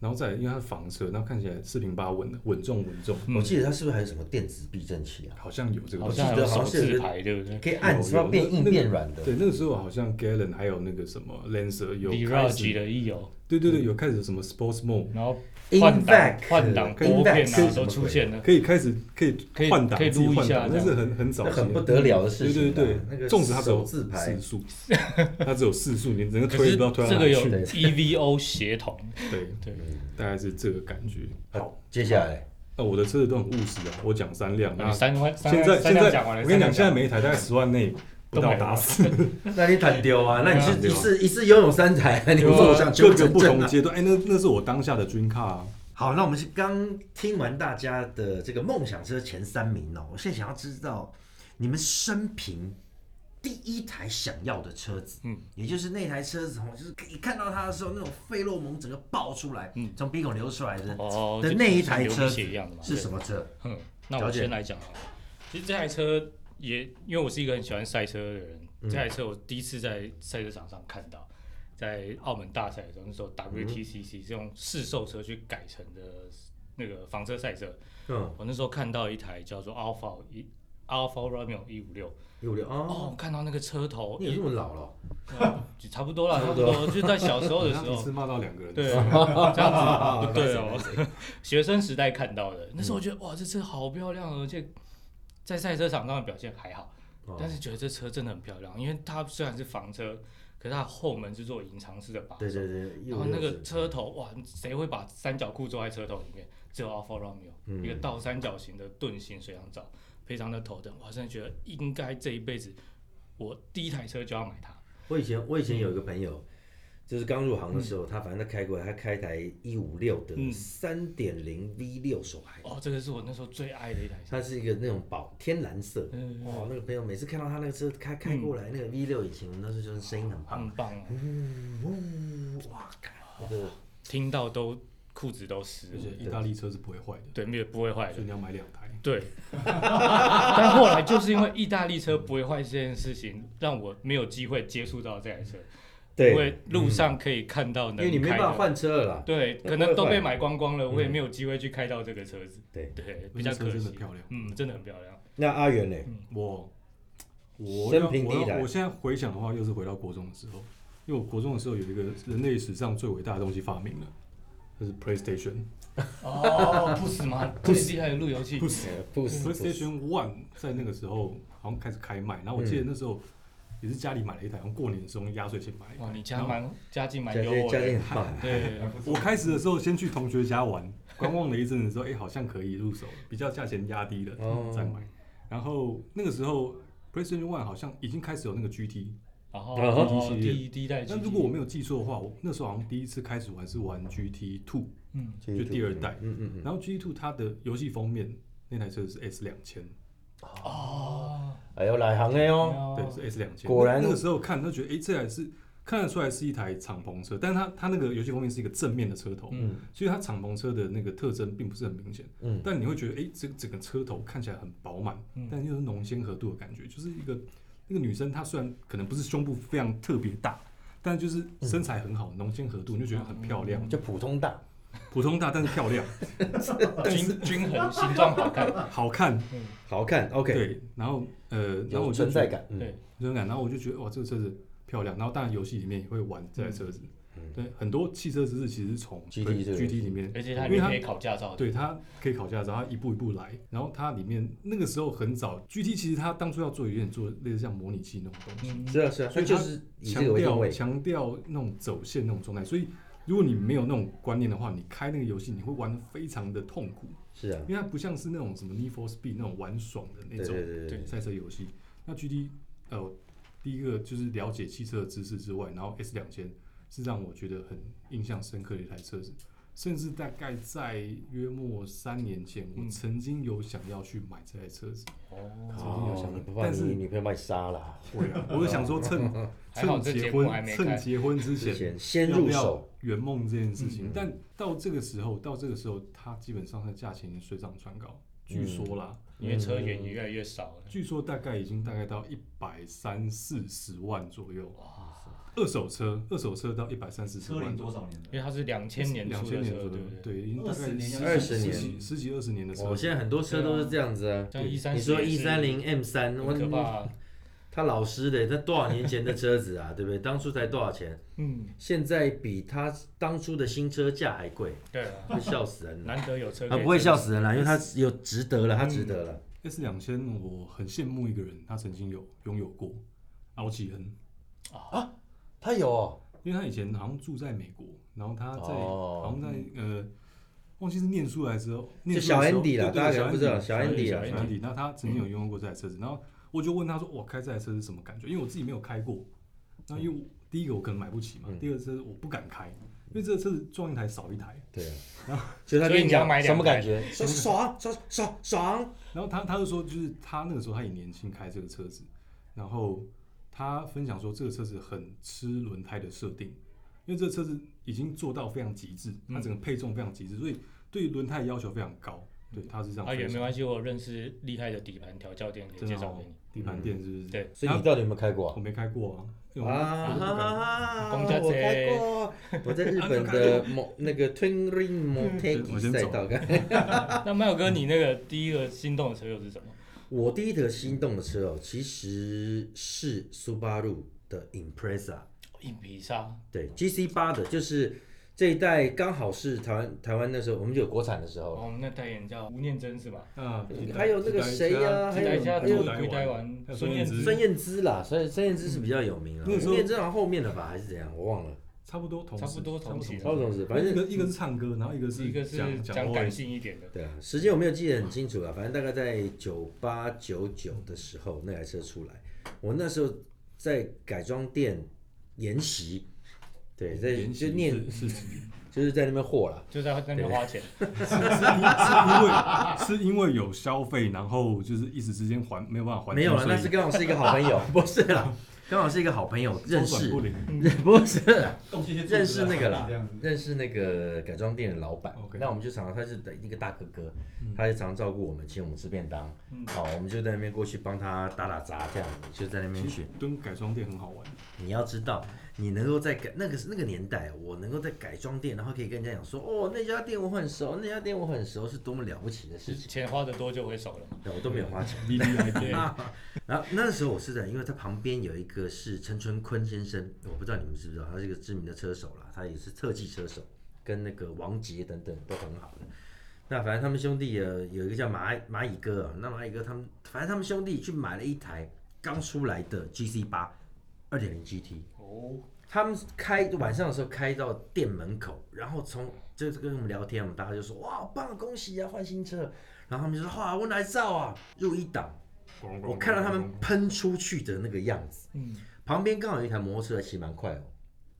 Speaker 2: 然后再来因为它是房车，然后看起来四平八稳的，稳重稳重，
Speaker 3: 嗯
Speaker 1: 我记得他是不是还有什么电子避震器啊？
Speaker 2: 好像有这个
Speaker 3: 好
Speaker 2: 东西。
Speaker 3: 像还
Speaker 1: 我
Speaker 3: 有
Speaker 1: 记得
Speaker 3: 手
Speaker 1: 好像有
Speaker 3: 自排，对不对
Speaker 1: 可以按，是吧？变硬变软的。
Speaker 2: 对，那个时候好像 Gallon 还有那个什么 Lancer 有开
Speaker 3: ？Virage
Speaker 2: 始，
Speaker 3: 的亦有，
Speaker 2: 对对对，有开始什么 Sports Mode，
Speaker 3: 然后
Speaker 1: In
Speaker 3: 换挡
Speaker 1: back，
Speaker 3: 换挡
Speaker 1: in
Speaker 3: 拨片
Speaker 1: back
Speaker 3: 啊
Speaker 1: 是
Speaker 3: 都
Speaker 1: 什么
Speaker 3: 出
Speaker 1: 鬼
Speaker 3: 现了。
Speaker 2: 可以开始可
Speaker 3: 可
Speaker 2: 以
Speaker 3: 以
Speaker 2: 换挡，
Speaker 3: 可以
Speaker 2: 自己
Speaker 3: 撸一
Speaker 2: 换
Speaker 3: 下
Speaker 2: 挡
Speaker 3: 这
Speaker 2: 那
Speaker 3: 样
Speaker 2: 是很很早
Speaker 1: 那
Speaker 2: 期的，
Speaker 1: 很不得了的事
Speaker 2: 对
Speaker 1: 情
Speaker 2: 对
Speaker 1: 啊。
Speaker 2: 对，
Speaker 1: 那个
Speaker 2: 纵使它只有
Speaker 1: 手自排
Speaker 2: 四，速， 它只有四速，你整个
Speaker 3: 可
Speaker 2: 推也
Speaker 3: 是
Speaker 2: 不知道推到啊
Speaker 3: 这
Speaker 2: 哪
Speaker 3: 个
Speaker 2: 里
Speaker 3: 有
Speaker 2: 去。
Speaker 1: 对
Speaker 3: EVO 协同，
Speaker 2: 对，
Speaker 3: 对，
Speaker 2: 大概是这个感觉。好，
Speaker 1: 接下来
Speaker 2: 那我的车子都很务实啊，我讲三辆。那
Speaker 3: 你三万，三
Speaker 2: 现在
Speaker 3: 万
Speaker 2: 现
Speaker 3: 三辆讲完
Speaker 2: 在
Speaker 3: 了。
Speaker 2: 我跟你讲，
Speaker 3: 三辆
Speaker 2: 现在每一台大概十万内不到打死，
Speaker 1: 那你坦丢啊？那你
Speaker 2: 坦
Speaker 1: 是
Speaker 2: 丢
Speaker 1: 一次一次拥有三台，你不说我 想
Speaker 2: 各
Speaker 1: 纠
Speaker 2: 个
Speaker 1: 正
Speaker 2: 不
Speaker 1: 正
Speaker 2: 同
Speaker 1: 啊？
Speaker 2: 阶段。哎，那那是我当下的 dream car 啊。
Speaker 1: 好，那我们是刚听完大家的这个梦想车前三名哦，我现在想要知道你们生平第一台想要的车子，嗯
Speaker 3: 嗯，
Speaker 1: 也就是那台车子哦，就是一看到它的时候，那种费洛蒙整个爆出来，嗯
Speaker 3: 嗯，
Speaker 1: 从鼻孔流出来的
Speaker 3: 哦
Speaker 1: 的
Speaker 3: 就
Speaker 1: 那一
Speaker 3: 像
Speaker 1: 台
Speaker 3: 流鼻
Speaker 1: 车子
Speaker 3: 血一样的嘛
Speaker 1: 是
Speaker 3: 对
Speaker 1: 什么车？
Speaker 3: 嗯，那
Speaker 1: 了
Speaker 3: 我
Speaker 1: 解
Speaker 3: 先来讲好了。其实这台车也，因为我是一个很喜欢赛车的人，
Speaker 1: 嗯
Speaker 3: 这台车我第一次在赛车场上看到，在澳门大赛的时候，那
Speaker 1: 嗯
Speaker 3: 时候 WTCC 是用试售车去改成的那个房车赛车。
Speaker 1: 嗯，
Speaker 3: 我那时候看到一台叫做 Alpha 一 Alpha Romeo 一五六，
Speaker 1: 六六
Speaker 3: 哦
Speaker 1: 哦，，
Speaker 3: 看到那个车头
Speaker 1: 你，有这么老了？
Speaker 3: 就差不多啦，差不多，就在小时候的时
Speaker 2: 一
Speaker 3: 候。
Speaker 2: 次骂到两个人，啊
Speaker 3: 对，这样子不对哦。 学生时代看到的，那时候我觉得哇，这车好漂亮哦，而且在赛车场上的表现还好，
Speaker 1: 哦
Speaker 3: 但是觉得这车真的很漂亮，因为它虽然是房车，可是它后门是做隐藏式的把手，
Speaker 1: 对对对，
Speaker 3: 然后哦那个车头哇，谁会把三角裤做在车头里面？只有 Alfa Romeo，、
Speaker 1: 嗯
Speaker 3: 一个倒三角形的盾形水箱罩，非常的头疼，我真的觉得应该这一辈子我第一台车就要买它。
Speaker 1: 我以前我以
Speaker 3: 嗯
Speaker 1: 前有一个朋友，就是刚入行的时候，他反正他开过来，他开一台一五六的
Speaker 3: 嗯
Speaker 1: 三点零 V 六手排，
Speaker 3: 哦，这个是我那时候最爱的一台车。
Speaker 1: 它是一个那种宝天蓝色。
Speaker 3: 嗯，
Speaker 1: 哦，那个朋友每次看到他那个车开开过来，那个 V 六引擎，那时候就是声音很棒，
Speaker 3: 很棒哦。
Speaker 1: 呜呜，哇靠，那个
Speaker 3: 听到都裤子都湿
Speaker 2: 就是
Speaker 3: 了，
Speaker 2: 意大利车是不会坏的，
Speaker 3: 对，没有不会坏
Speaker 2: 所以
Speaker 3: 的，
Speaker 2: 你要买两台。
Speaker 3: 对。但后来就是因为意大利车不会坏这件事情，让我没有机会接触到这台车，因
Speaker 1: 对，嗯
Speaker 3: 为路上可以看到
Speaker 1: 因
Speaker 3: 能
Speaker 1: 为你没
Speaker 3: 开
Speaker 1: 办法
Speaker 3: 的，
Speaker 1: 换车了啦。
Speaker 3: 对，
Speaker 1: 那
Speaker 3: 可
Speaker 1: 不会
Speaker 3: 能都
Speaker 1: 坏嗯
Speaker 3: 被买光光了，我也没有机会去开到这个车子，
Speaker 1: 对
Speaker 3: 对，比较
Speaker 2: 那车
Speaker 3: 可
Speaker 2: 真的
Speaker 3: 惜，
Speaker 2: 漂亮。
Speaker 3: 嗯，真的很漂亮，
Speaker 1: 那阿元呢？
Speaker 2: 我我
Speaker 1: 生
Speaker 2: 要
Speaker 1: 平
Speaker 2: 我
Speaker 1: 第一
Speaker 2: 要
Speaker 1: 台
Speaker 2: 我现在回想的话，又是回到国中的时候，因为我国中的时候有一个人类史上最伟大的东西发明了，就是 PlayStation。
Speaker 3: 哦， 不死吗？最厉害的路由器，不死，
Speaker 1: 不
Speaker 2: 哎 PlayStation One 在那个时候好像开始开卖，然后我记得那时候也是家里买了一台，然后过年的时候用压岁钱买了一台。
Speaker 3: 哇，你家
Speaker 2: 然后
Speaker 3: 蛮家境蛮
Speaker 1: 家
Speaker 3: 优渥
Speaker 1: 家
Speaker 3: 的
Speaker 1: 境，很棒，
Speaker 3: 对，
Speaker 2: 我开始的时候先去同学家玩，观望了一阵子之后，哎、好像可以入手，比较价钱压低了、
Speaker 1: 哦
Speaker 2: 再买。然后那个时候 PlayStation One 好像已经开始有那个 GT，
Speaker 3: 然后
Speaker 1: 然后
Speaker 3: 哦
Speaker 2: 第一系列
Speaker 3: 第一第一代，
Speaker 2: 但如果我没有记错的话，我那时候好像第一次开始玩是玩 GT Two，
Speaker 3: 嗯，
Speaker 2: 就第二代
Speaker 1: 嗯嗯嗯，
Speaker 2: 然后 GT Two 它的游戏封面那台车是 S 两千，
Speaker 3: 哦，
Speaker 1: 哎呦，来行哎哦，
Speaker 2: 对，是 S 两千。
Speaker 1: 果
Speaker 2: 那
Speaker 1: 然
Speaker 2: 那个时候看，都觉得哎、诶这台是看得出来是一台敞篷车，但是它它那个游戏封面是一个正面的车头，
Speaker 1: 嗯
Speaker 2: 所以它敞篷车的那个特征并不是很明显。
Speaker 1: 嗯，
Speaker 2: 但你会觉得哎、诶这个整个车头看起来很饱满，
Speaker 3: 嗯
Speaker 2: 但又是浓鲜合度的感觉，就是一个那个女生她虽然可能不是胸部非常特别大。但就是身材很
Speaker 1: 嗯
Speaker 2: 好，浓鲜合度，你就觉得很漂亮，
Speaker 1: 就普通大，
Speaker 2: 普通大但是漂亮，
Speaker 3: 均均衡，形状好看。
Speaker 2: 好看，
Speaker 1: 好看，OK，
Speaker 2: 对。然后呃，然后
Speaker 1: 有
Speaker 2: 我就
Speaker 1: 存
Speaker 2: 觉得
Speaker 1: 在感，嗯
Speaker 3: 对，嗯
Speaker 2: 存在感。然后我就觉得哇，这个车子漂亮。然后当然游戏里面也会玩这台车子，对，很多汽车知识其实是从
Speaker 1: GT
Speaker 2: 对
Speaker 1: 这个
Speaker 2: GT 里面，
Speaker 3: 而且它
Speaker 2: 因为
Speaker 3: 也
Speaker 2: 它
Speaker 3: 可以考驾照的，
Speaker 2: 对它可以考驾照，它一步一步来。然后它里面那个时候很早，GT 其实它当初要做有点做类似像模拟器那种东西，
Speaker 1: 是啊是啊，
Speaker 2: 所以
Speaker 1: 它就
Speaker 2: 它
Speaker 1: 是以这个
Speaker 2: 强
Speaker 1: 为定
Speaker 2: 调
Speaker 1: 位，
Speaker 2: 强调那种走线那种状态。所以如果你没有那种观念的话，你开那个游戏你会玩的非常的痛苦，
Speaker 1: 是啊，
Speaker 2: 因为它不像是那种什么 Need for Speed 那种玩爽的那
Speaker 1: 对
Speaker 2: 种
Speaker 1: 对对对，
Speaker 2: 赛车游戏。那 GT 呃，第一个就是了解汽车的知识之外，然后 S 两千是让我觉得很印象深刻的一台车子。甚至大概在约莫三年前，
Speaker 3: 嗯
Speaker 2: 我曾经有想要去买这台车子，
Speaker 3: 哦，
Speaker 2: 曾经有想
Speaker 1: 你
Speaker 2: 过
Speaker 1: 不，怕
Speaker 2: 但
Speaker 1: 你
Speaker 2: 是
Speaker 1: 女朋友把你杀了？
Speaker 2: 会啊，我是想说趁
Speaker 3: 还好
Speaker 2: 趁
Speaker 3: 这
Speaker 2: 结
Speaker 3: 节目还
Speaker 2: 婚
Speaker 3: 没
Speaker 2: 趁
Speaker 3: 开
Speaker 2: 结婚之
Speaker 1: 之
Speaker 2: 前
Speaker 1: 前先
Speaker 2: 要不
Speaker 1: 入
Speaker 2: 要
Speaker 1: 手，
Speaker 2: 圆梦这件
Speaker 3: 嗯
Speaker 2: 事情。但到这个时候，到这个时候，它基本上它的价钱已经水涨船高，据说啦，
Speaker 3: 因为车源也越来越少了，
Speaker 2: 据说大概已经大概到一百三四十万左右。二手车，二手车到一百三四十
Speaker 4: 车龄
Speaker 2: 万左
Speaker 4: 多
Speaker 2: 右。
Speaker 4: 少年
Speaker 3: 因为
Speaker 4: 的？
Speaker 3: 它是两千年
Speaker 2: 两
Speaker 3: 出
Speaker 2: 千
Speaker 3: 的
Speaker 2: 年
Speaker 3: 车，
Speaker 2: 左
Speaker 3: 对
Speaker 2: 右
Speaker 3: 不，对？
Speaker 2: 对，已经大概
Speaker 4: 20年
Speaker 1: 二十
Speaker 2: 十
Speaker 1: 年
Speaker 2: 几十几二十年的车
Speaker 5: 我。现在很多车都是这样子啊。
Speaker 3: 像一三，
Speaker 5: 你说一三零 M 三，我
Speaker 3: 很可怕啊，
Speaker 5: 他老师的，他多少年前的车子啊，对不对？当初才多少钱？
Speaker 3: 嗯，
Speaker 5: 现在比他当初的新车价还贵，
Speaker 3: 对啊，
Speaker 5: 会笑死人了。
Speaker 3: 难得有车可以
Speaker 5: 啊，
Speaker 3: 整，
Speaker 5: 不会笑死人了，因为他
Speaker 1: 有值得了，它值得了。
Speaker 2: S 哎两千，我很羡慕一个人，他曾经有拥有过奥吉恩，
Speaker 3: 啊
Speaker 1: 它有哦，
Speaker 2: 因为他以前好像住在美国，然后他在、
Speaker 1: 哦
Speaker 2: 好像在呃，忘记是念书还是
Speaker 1: 就
Speaker 2: 念书
Speaker 1: 小
Speaker 2: 的时候
Speaker 1: Andy 啦，
Speaker 2: 对对
Speaker 1: 大家可能不知道
Speaker 2: 小 Andy
Speaker 1: 小
Speaker 3: Andy，
Speaker 1: Andy
Speaker 3: 小
Speaker 1: 啦，
Speaker 2: 小 Andy，那他曾经有拥有过这台车子，然后我就问他说：“我开这台车是什么感觉？”因为我自己没有开过，那因为我第一个我可能买不起
Speaker 1: 嗯
Speaker 2: 嘛，第二个是我不敢开，因为这个车子撞一台少一台。
Speaker 1: 对啊，所以他
Speaker 3: 所以
Speaker 1: 跟
Speaker 3: 你要
Speaker 1: 讲
Speaker 3: 买
Speaker 1: 什么
Speaker 3: 两
Speaker 1: 感
Speaker 3: 台
Speaker 1: 觉？说爽爽爽爽，
Speaker 2: 然后他他就说，就是他那个时候他也年轻开这个车子，然后他分享说这个车子很吃轮胎的设定，因为这个车子已经做到非常极致，它
Speaker 3: 嗯
Speaker 2: 整个配重非常极致，所以对于轮胎要求非常高。对，他是这样
Speaker 3: 啊，
Speaker 2: 分
Speaker 3: 也
Speaker 2: 享。
Speaker 3: 没关系，我有认识厉害的底盘调教店，可以
Speaker 2: 真的
Speaker 3: 介绍
Speaker 2: 哦
Speaker 3: 给你。
Speaker 2: 底盘店是不是？
Speaker 3: 嗯对，
Speaker 1: 所以你到底有没有开过啊
Speaker 2: 我？没开过啊，因为我我
Speaker 1: 啊
Speaker 2: 都不敢
Speaker 1: 哈
Speaker 3: 公交车
Speaker 1: 我开过，我在日本的某那个 Twin Ring m o t
Speaker 2: 我
Speaker 1: e
Speaker 2: 先走
Speaker 1: 赛道。
Speaker 3: 那麦友哥，你那个第一个心动的车又是什么？
Speaker 1: 我第一台心动的车哦，其实是苏巴路的 Impreza，
Speaker 3: 硬皮沙，
Speaker 1: 对 GC 八的，就是这一代刚好是台湾台湾那时候我们就有国产的时候了。
Speaker 3: 哦，那代言叫吴念真是吧？
Speaker 2: 啊，
Speaker 1: 还有那个谁呀还
Speaker 3: 嗯
Speaker 1: 有
Speaker 3: 代啊一下
Speaker 1: 还有
Speaker 3: 都归台湾
Speaker 2: 还有
Speaker 3: 孙
Speaker 2: 孙
Speaker 3: 燕
Speaker 2: 燕
Speaker 3: 姿
Speaker 2: 姿，
Speaker 1: 孙燕姿啦，所以孙燕姿是比较有名了。啊
Speaker 3: 嗯
Speaker 2: 那个时候
Speaker 1: 孙燕姿好像后面的吧，还是怎样，我忘了。
Speaker 2: 差不多同时
Speaker 3: 差不多同期
Speaker 1: 高总是，
Speaker 2: 反
Speaker 1: 反
Speaker 2: 正一
Speaker 1: 正
Speaker 2: 个一个是唱歌，然后一个
Speaker 3: 一个是
Speaker 2: 讲
Speaker 3: 讲
Speaker 2: 话
Speaker 3: 感性一点的，
Speaker 1: 对啊，时间我没有记得很清楚啊了，反正大概在九八九九的时候那台车出来，我那时候在改装店研习，对，在
Speaker 2: 言
Speaker 1: 就
Speaker 2: 行
Speaker 1: 念
Speaker 2: 是是是
Speaker 1: 就是在那边货啦。
Speaker 3: 就在那边花钱。
Speaker 2: 是因为是因为有消费，然后就是一时之间还没有办法还清，
Speaker 1: 没有了，
Speaker 2: 所以
Speaker 1: 那是刚好是一个好朋 友，不是啦，刚好是一个好朋友认
Speaker 2: 周
Speaker 1: 识
Speaker 2: 转不，灵。
Speaker 1: 不是
Speaker 4: 动这些柱子啊
Speaker 1: 认识那个啦
Speaker 4: 这样子，
Speaker 1: 认识那个改装店的老板。
Speaker 2: OK
Speaker 1: 那我们就常常他是一个大哥哥，他就常常照顾我们，请我们吃便当。好，我们就在那边过去帮他打打杂，这样子就在那边
Speaker 2: 其
Speaker 1: 去
Speaker 2: 实。蹲改装店很好玩，
Speaker 1: 你要知道，你能够在改那个那个年代，我能够在改装店，然后可以跟人家讲说，哦，那家店我很熟，那家店我很熟，是多么了不起的事情。
Speaker 3: 钱花的多就会熟了嘛。
Speaker 1: 对我都没有花钱。
Speaker 2: V V I
Speaker 3: 对
Speaker 2: P，
Speaker 1: 然后那时候我是在，因为他旁边有一个是陈纯坤先生，我不知道你们知不知道，他是一个知名的车手啦，他也是特技车手，跟那个王杰等等都很好的。那反正他们兄弟呃有一个叫蚂蚂蚁哥啊，那蚂蚁哥他们反正他们兄弟去买了一台刚出来的 GC 八二点零 GT，
Speaker 3: 哦，
Speaker 1: 他们开晚上的时候开到店门口，然后从就是跟我们聊天，我们大家就说哇好棒，恭喜啊换新车，然后他们就说哇我来造啊入一档。我看到他们喷出去的那个样子，
Speaker 3: 嗯，
Speaker 1: 旁边刚好有一台摩托车骑蛮快哦，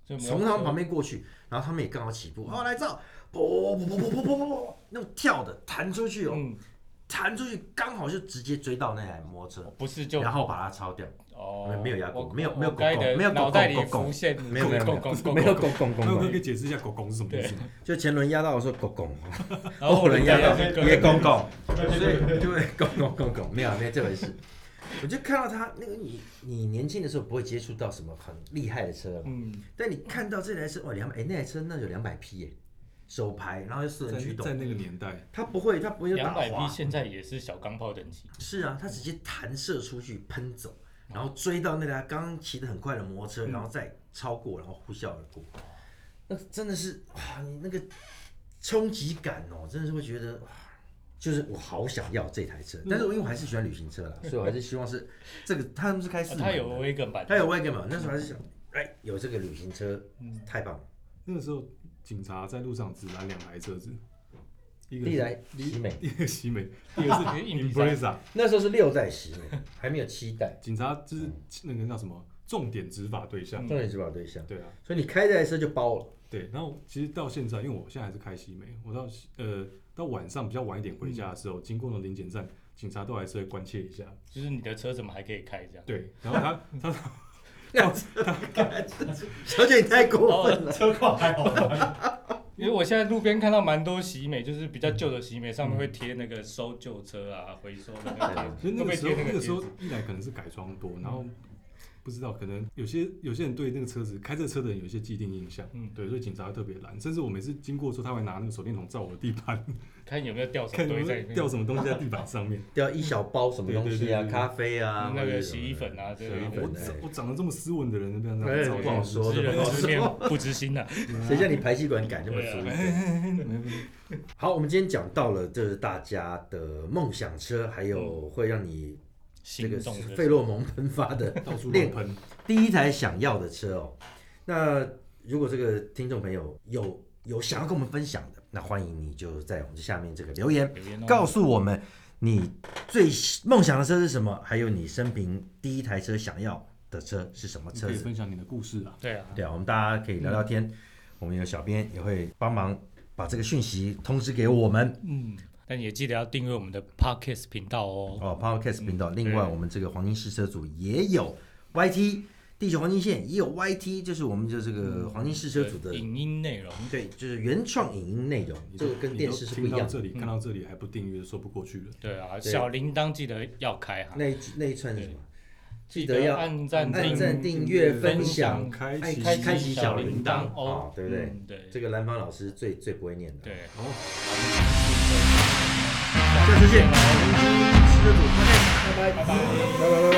Speaker 3: 所以摩
Speaker 1: 从
Speaker 3: 托
Speaker 1: 他
Speaker 3: 车
Speaker 1: 们旁边过去，然后他们也刚好起步，哦来照，噗噗噗噗噗噗噗噗，那种跳的弹出去哦，
Speaker 3: 嗯，
Speaker 1: 弹出去刚好就直接追到那台摩托车，
Speaker 3: 不是就
Speaker 1: 然后把它超掉，
Speaker 3: 哦，
Speaker 1: 没有牙
Speaker 3: 我
Speaker 1: 骨没有没有
Speaker 3: 我刚才
Speaker 1: 拱
Speaker 3: 的
Speaker 1: 没有拱
Speaker 3: 脑袋里
Speaker 1: 拱拱
Speaker 3: 浮现，
Speaker 1: 没有没有没
Speaker 3: 拱
Speaker 1: 有
Speaker 3: 拱拱
Speaker 1: 没有
Speaker 3: 拱，
Speaker 1: 拱
Speaker 2: 那
Speaker 1: 拱拱
Speaker 2: 我可以
Speaker 1: 拱，
Speaker 2: 解释一下“狗拱”是什么意思吗？
Speaker 1: 就前轮压到的时候拱拱，
Speaker 4: 哦
Speaker 3: 然后
Speaker 1: 后轮压到
Speaker 3: 那个
Speaker 1: 也拱拱，
Speaker 4: 对
Speaker 1: 所
Speaker 4: 对
Speaker 1: 以
Speaker 4: 对，
Speaker 1: 对拱拱拱拱，没有没有这回事。我就看到他那个你你年轻的时候不会接触到什么很厉害的车嘛，
Speaker 3: 嗯，
Speaker 1: 但你看到这台车，哇，两百，哎，那台车那有两百匹耶，手排，然后又四轮驱
Speaker 2: 在在
Speaker 1: 动，
Speaker 2: 那个年代，
Speaker 1: 它不会，它不会有
Speaker 3: 两
Speaker 1: 打
Speaker 3: 百
Speaker 1: 滑
Speaker 3: P，现在也是小钢炮等级，
Speaker 1: 是啊，它直接弹射出去喷走，然后追到那台刚刚骑得很快的摩托车，然后再超过，然后呼啸而过。那真的是哇，你那个冲击感哦，真的是会觉得哇，就是我好想要这台车，但是我因为我还是喜欢旅行车啦，所以我还是希望是这个他们是开四门的，
Speaker 3: 它有 w e g a n 版，
Speaker 1: 他有 w a g 嘛，那时候还是想，哎，有这个旅行车
Speaker 3: 嗯
Speaker 1: 太棒了，
Speaker 2: 那个时候警察在路上只拦两台车子，一个
Speaker 1: 历来
Speaker 2: 是
Speaker 1: 喜美，
Speaker 2: 第一个西 美，第二个是
Speaker 3: 硬比赛
Speaker 2: Impreza。
Speaker 1: 那时候是六代喜美，还没有七代，
Speaker 2: 警察就是那个叫什么重点执法对象。
Speaker 1: 重点是保对象，
Speaker 2: 对啊，
Speaker 1: 所以你开这台车就包了，
Speaker 2: 对。然后其实到现在，因为我现在还是开西美，我到西呃到晚上比较晚一点回家的时
Speaker 3: 嗯
Speaker 2: 候，经过那临检站，警察都还是会关切一下。
Speaker 3: 就是你的车怎么还可以开这样？
Speaker 2: 对，然后他他说
Speaker 1: 小姐你太过分了。
Speaker 4: 车况还好吧，
Speaker 3: 因为我现在路边看到蛮多喜美，就是比较旧的喜美，上面会贴那个收旧车啊、回收的那个
Speaker 2: 其实
Speaker 3: 贴纸，
Speaker 1: 嗯
Speaker 2: 那
Speaker 3: 都
Speaker 2: 个
Speaker 3: 被
Speaker 2: 时
Speaker 3: 贴
Speaker 2: 候那
Speaker 3: 个
Speaker 2: 个
Speaker 3: 贴
Speaker 2: 时候
Speaker 3: 纸。嗯
Speaker 2: 一来可能是改装多，然后。不知道，可能有些有些人对那个车子开这个车的人有一些既定印象，
Speaker 3: 嗯
Speaker 2: 对，所以警察会特别拦，甚至我每次经过的时候，他会拿那个手电筒照我的地板，
Speaker 3: 看有没有掉什
Speaker 2: 看
Speaker 3: 么
Speaker 2: 有
Speaker 3: 东西
Speaker 2: 没
Speaker 3: 在
Speaker 2: 有
Speaker 3: 里面，
Speaker 2: 掉什么东西在地板上面。
Speaker 1: 掉一小包什么东
Speaker 2: 对
Speaker 1: 西
Speaker 2: 对
Speaker 1: 啊，
Speaker 2: 对对
Speaker 1: 咖啡啊，
Speaker 3: 那
Speaker 1: 或者
Speaker 3: 个
Speaker 1: 什
Speaker 3: 洗
Speaker 1: 么
Speaker 3: 衣粉啊之类
Speaker 1: 对
Speaker 3: 的
Speaker 1: 啊。
Speaker 2: 我
Speaker 1: 本来
Speaker 2: 长我长得这么斯文的人，那边
Speaker 1: 哎
Speaker 2: 照
Speaker 1: 不好说
Speaker 3: 知
Speaker 1: 的
Speaker 3: 人知面不知心啊 呐、
Speaker 1: 谁叫你排气管敢这么
Speaker 3: 啊
Speaker 1: 粗？好，我们今天讲到了，就是大家的梦想车，还有会让你这
Speaker 3: 心
Speaker 1: 个
Speaker 3: 嗯动的
Speaker 1: 费洛蒙喷发 的
Speaker 2: 到处乱
Speaker 1: 恋
Speaker 2: 喷。
Speaker 1: 第一台想要的车哦。那如果这个听众朋友有有想要跟我们分享的，那欢迎你就在我们下面这个留言
Speaker 3: 留言哦
Speaker 1: 告诉我们你最梦想的车是什么，还有你生平第一台车想要的车是什么
Speaker 2: 你
Speaker 1: 车
Speaker 2: 可以
Speaker 1: 子。
Speaker 2: 分享你的故事啊。
Speaker 3: 对啊，
Speaker 1: 对啊，我们大家可以聊聊天，我们有小编也会帮忙把这个讯息通知给我们。
Speaker 3: 嗯，但也记得要订阅我们的 Podcast 频道哦。
Speaker 1: 哦，Podcast 频道。另外，我们这个黄金试车组也有 YT，地球黄金线也有 YT，就是我们的这个黄金试车组的，
Speaker 3: 影音内容，
Speaker 1: 对，就是原创影音内容，这个跟电视是不一
Speaker 2: 你都听
Speaker 1: 样
Speaker 2: 到
Speaker 1: 的。嗯
Speaker 2: 这里看到这里还不订阅，说不过去了。
Speaker 3: 对啊，
Speaker 1: 对
Speaker 3: 小铃铛记得要开哈，
Speaker 1: 那一那一串是什么？记
Speaker 3: 得
Speaker 1: 得要
Speaker 3: 按赞
Speaker 1: 按赞、
Speaker 3: 订
Speaker 1: 订阅、
Speaker 3: 分
Speaker 1: 分享
Speaker 3: 享、
Speaker 2: 开
Speaker 1: 哎
Speaker 2: 启
Speaker 1: 开开启小铃铛
Speaker 3: 小铃铛哦
Speaker 1: 啊对不对
Speaker 3: 嗯对？
Speaker 1: 这个蓝方老师最最不会念的。
Speaker 3: 对，
Speaker 2: 哦，
Speaker 1: 下次见，黄金试车组，拜拜，拜拜，拜拜，拜拜。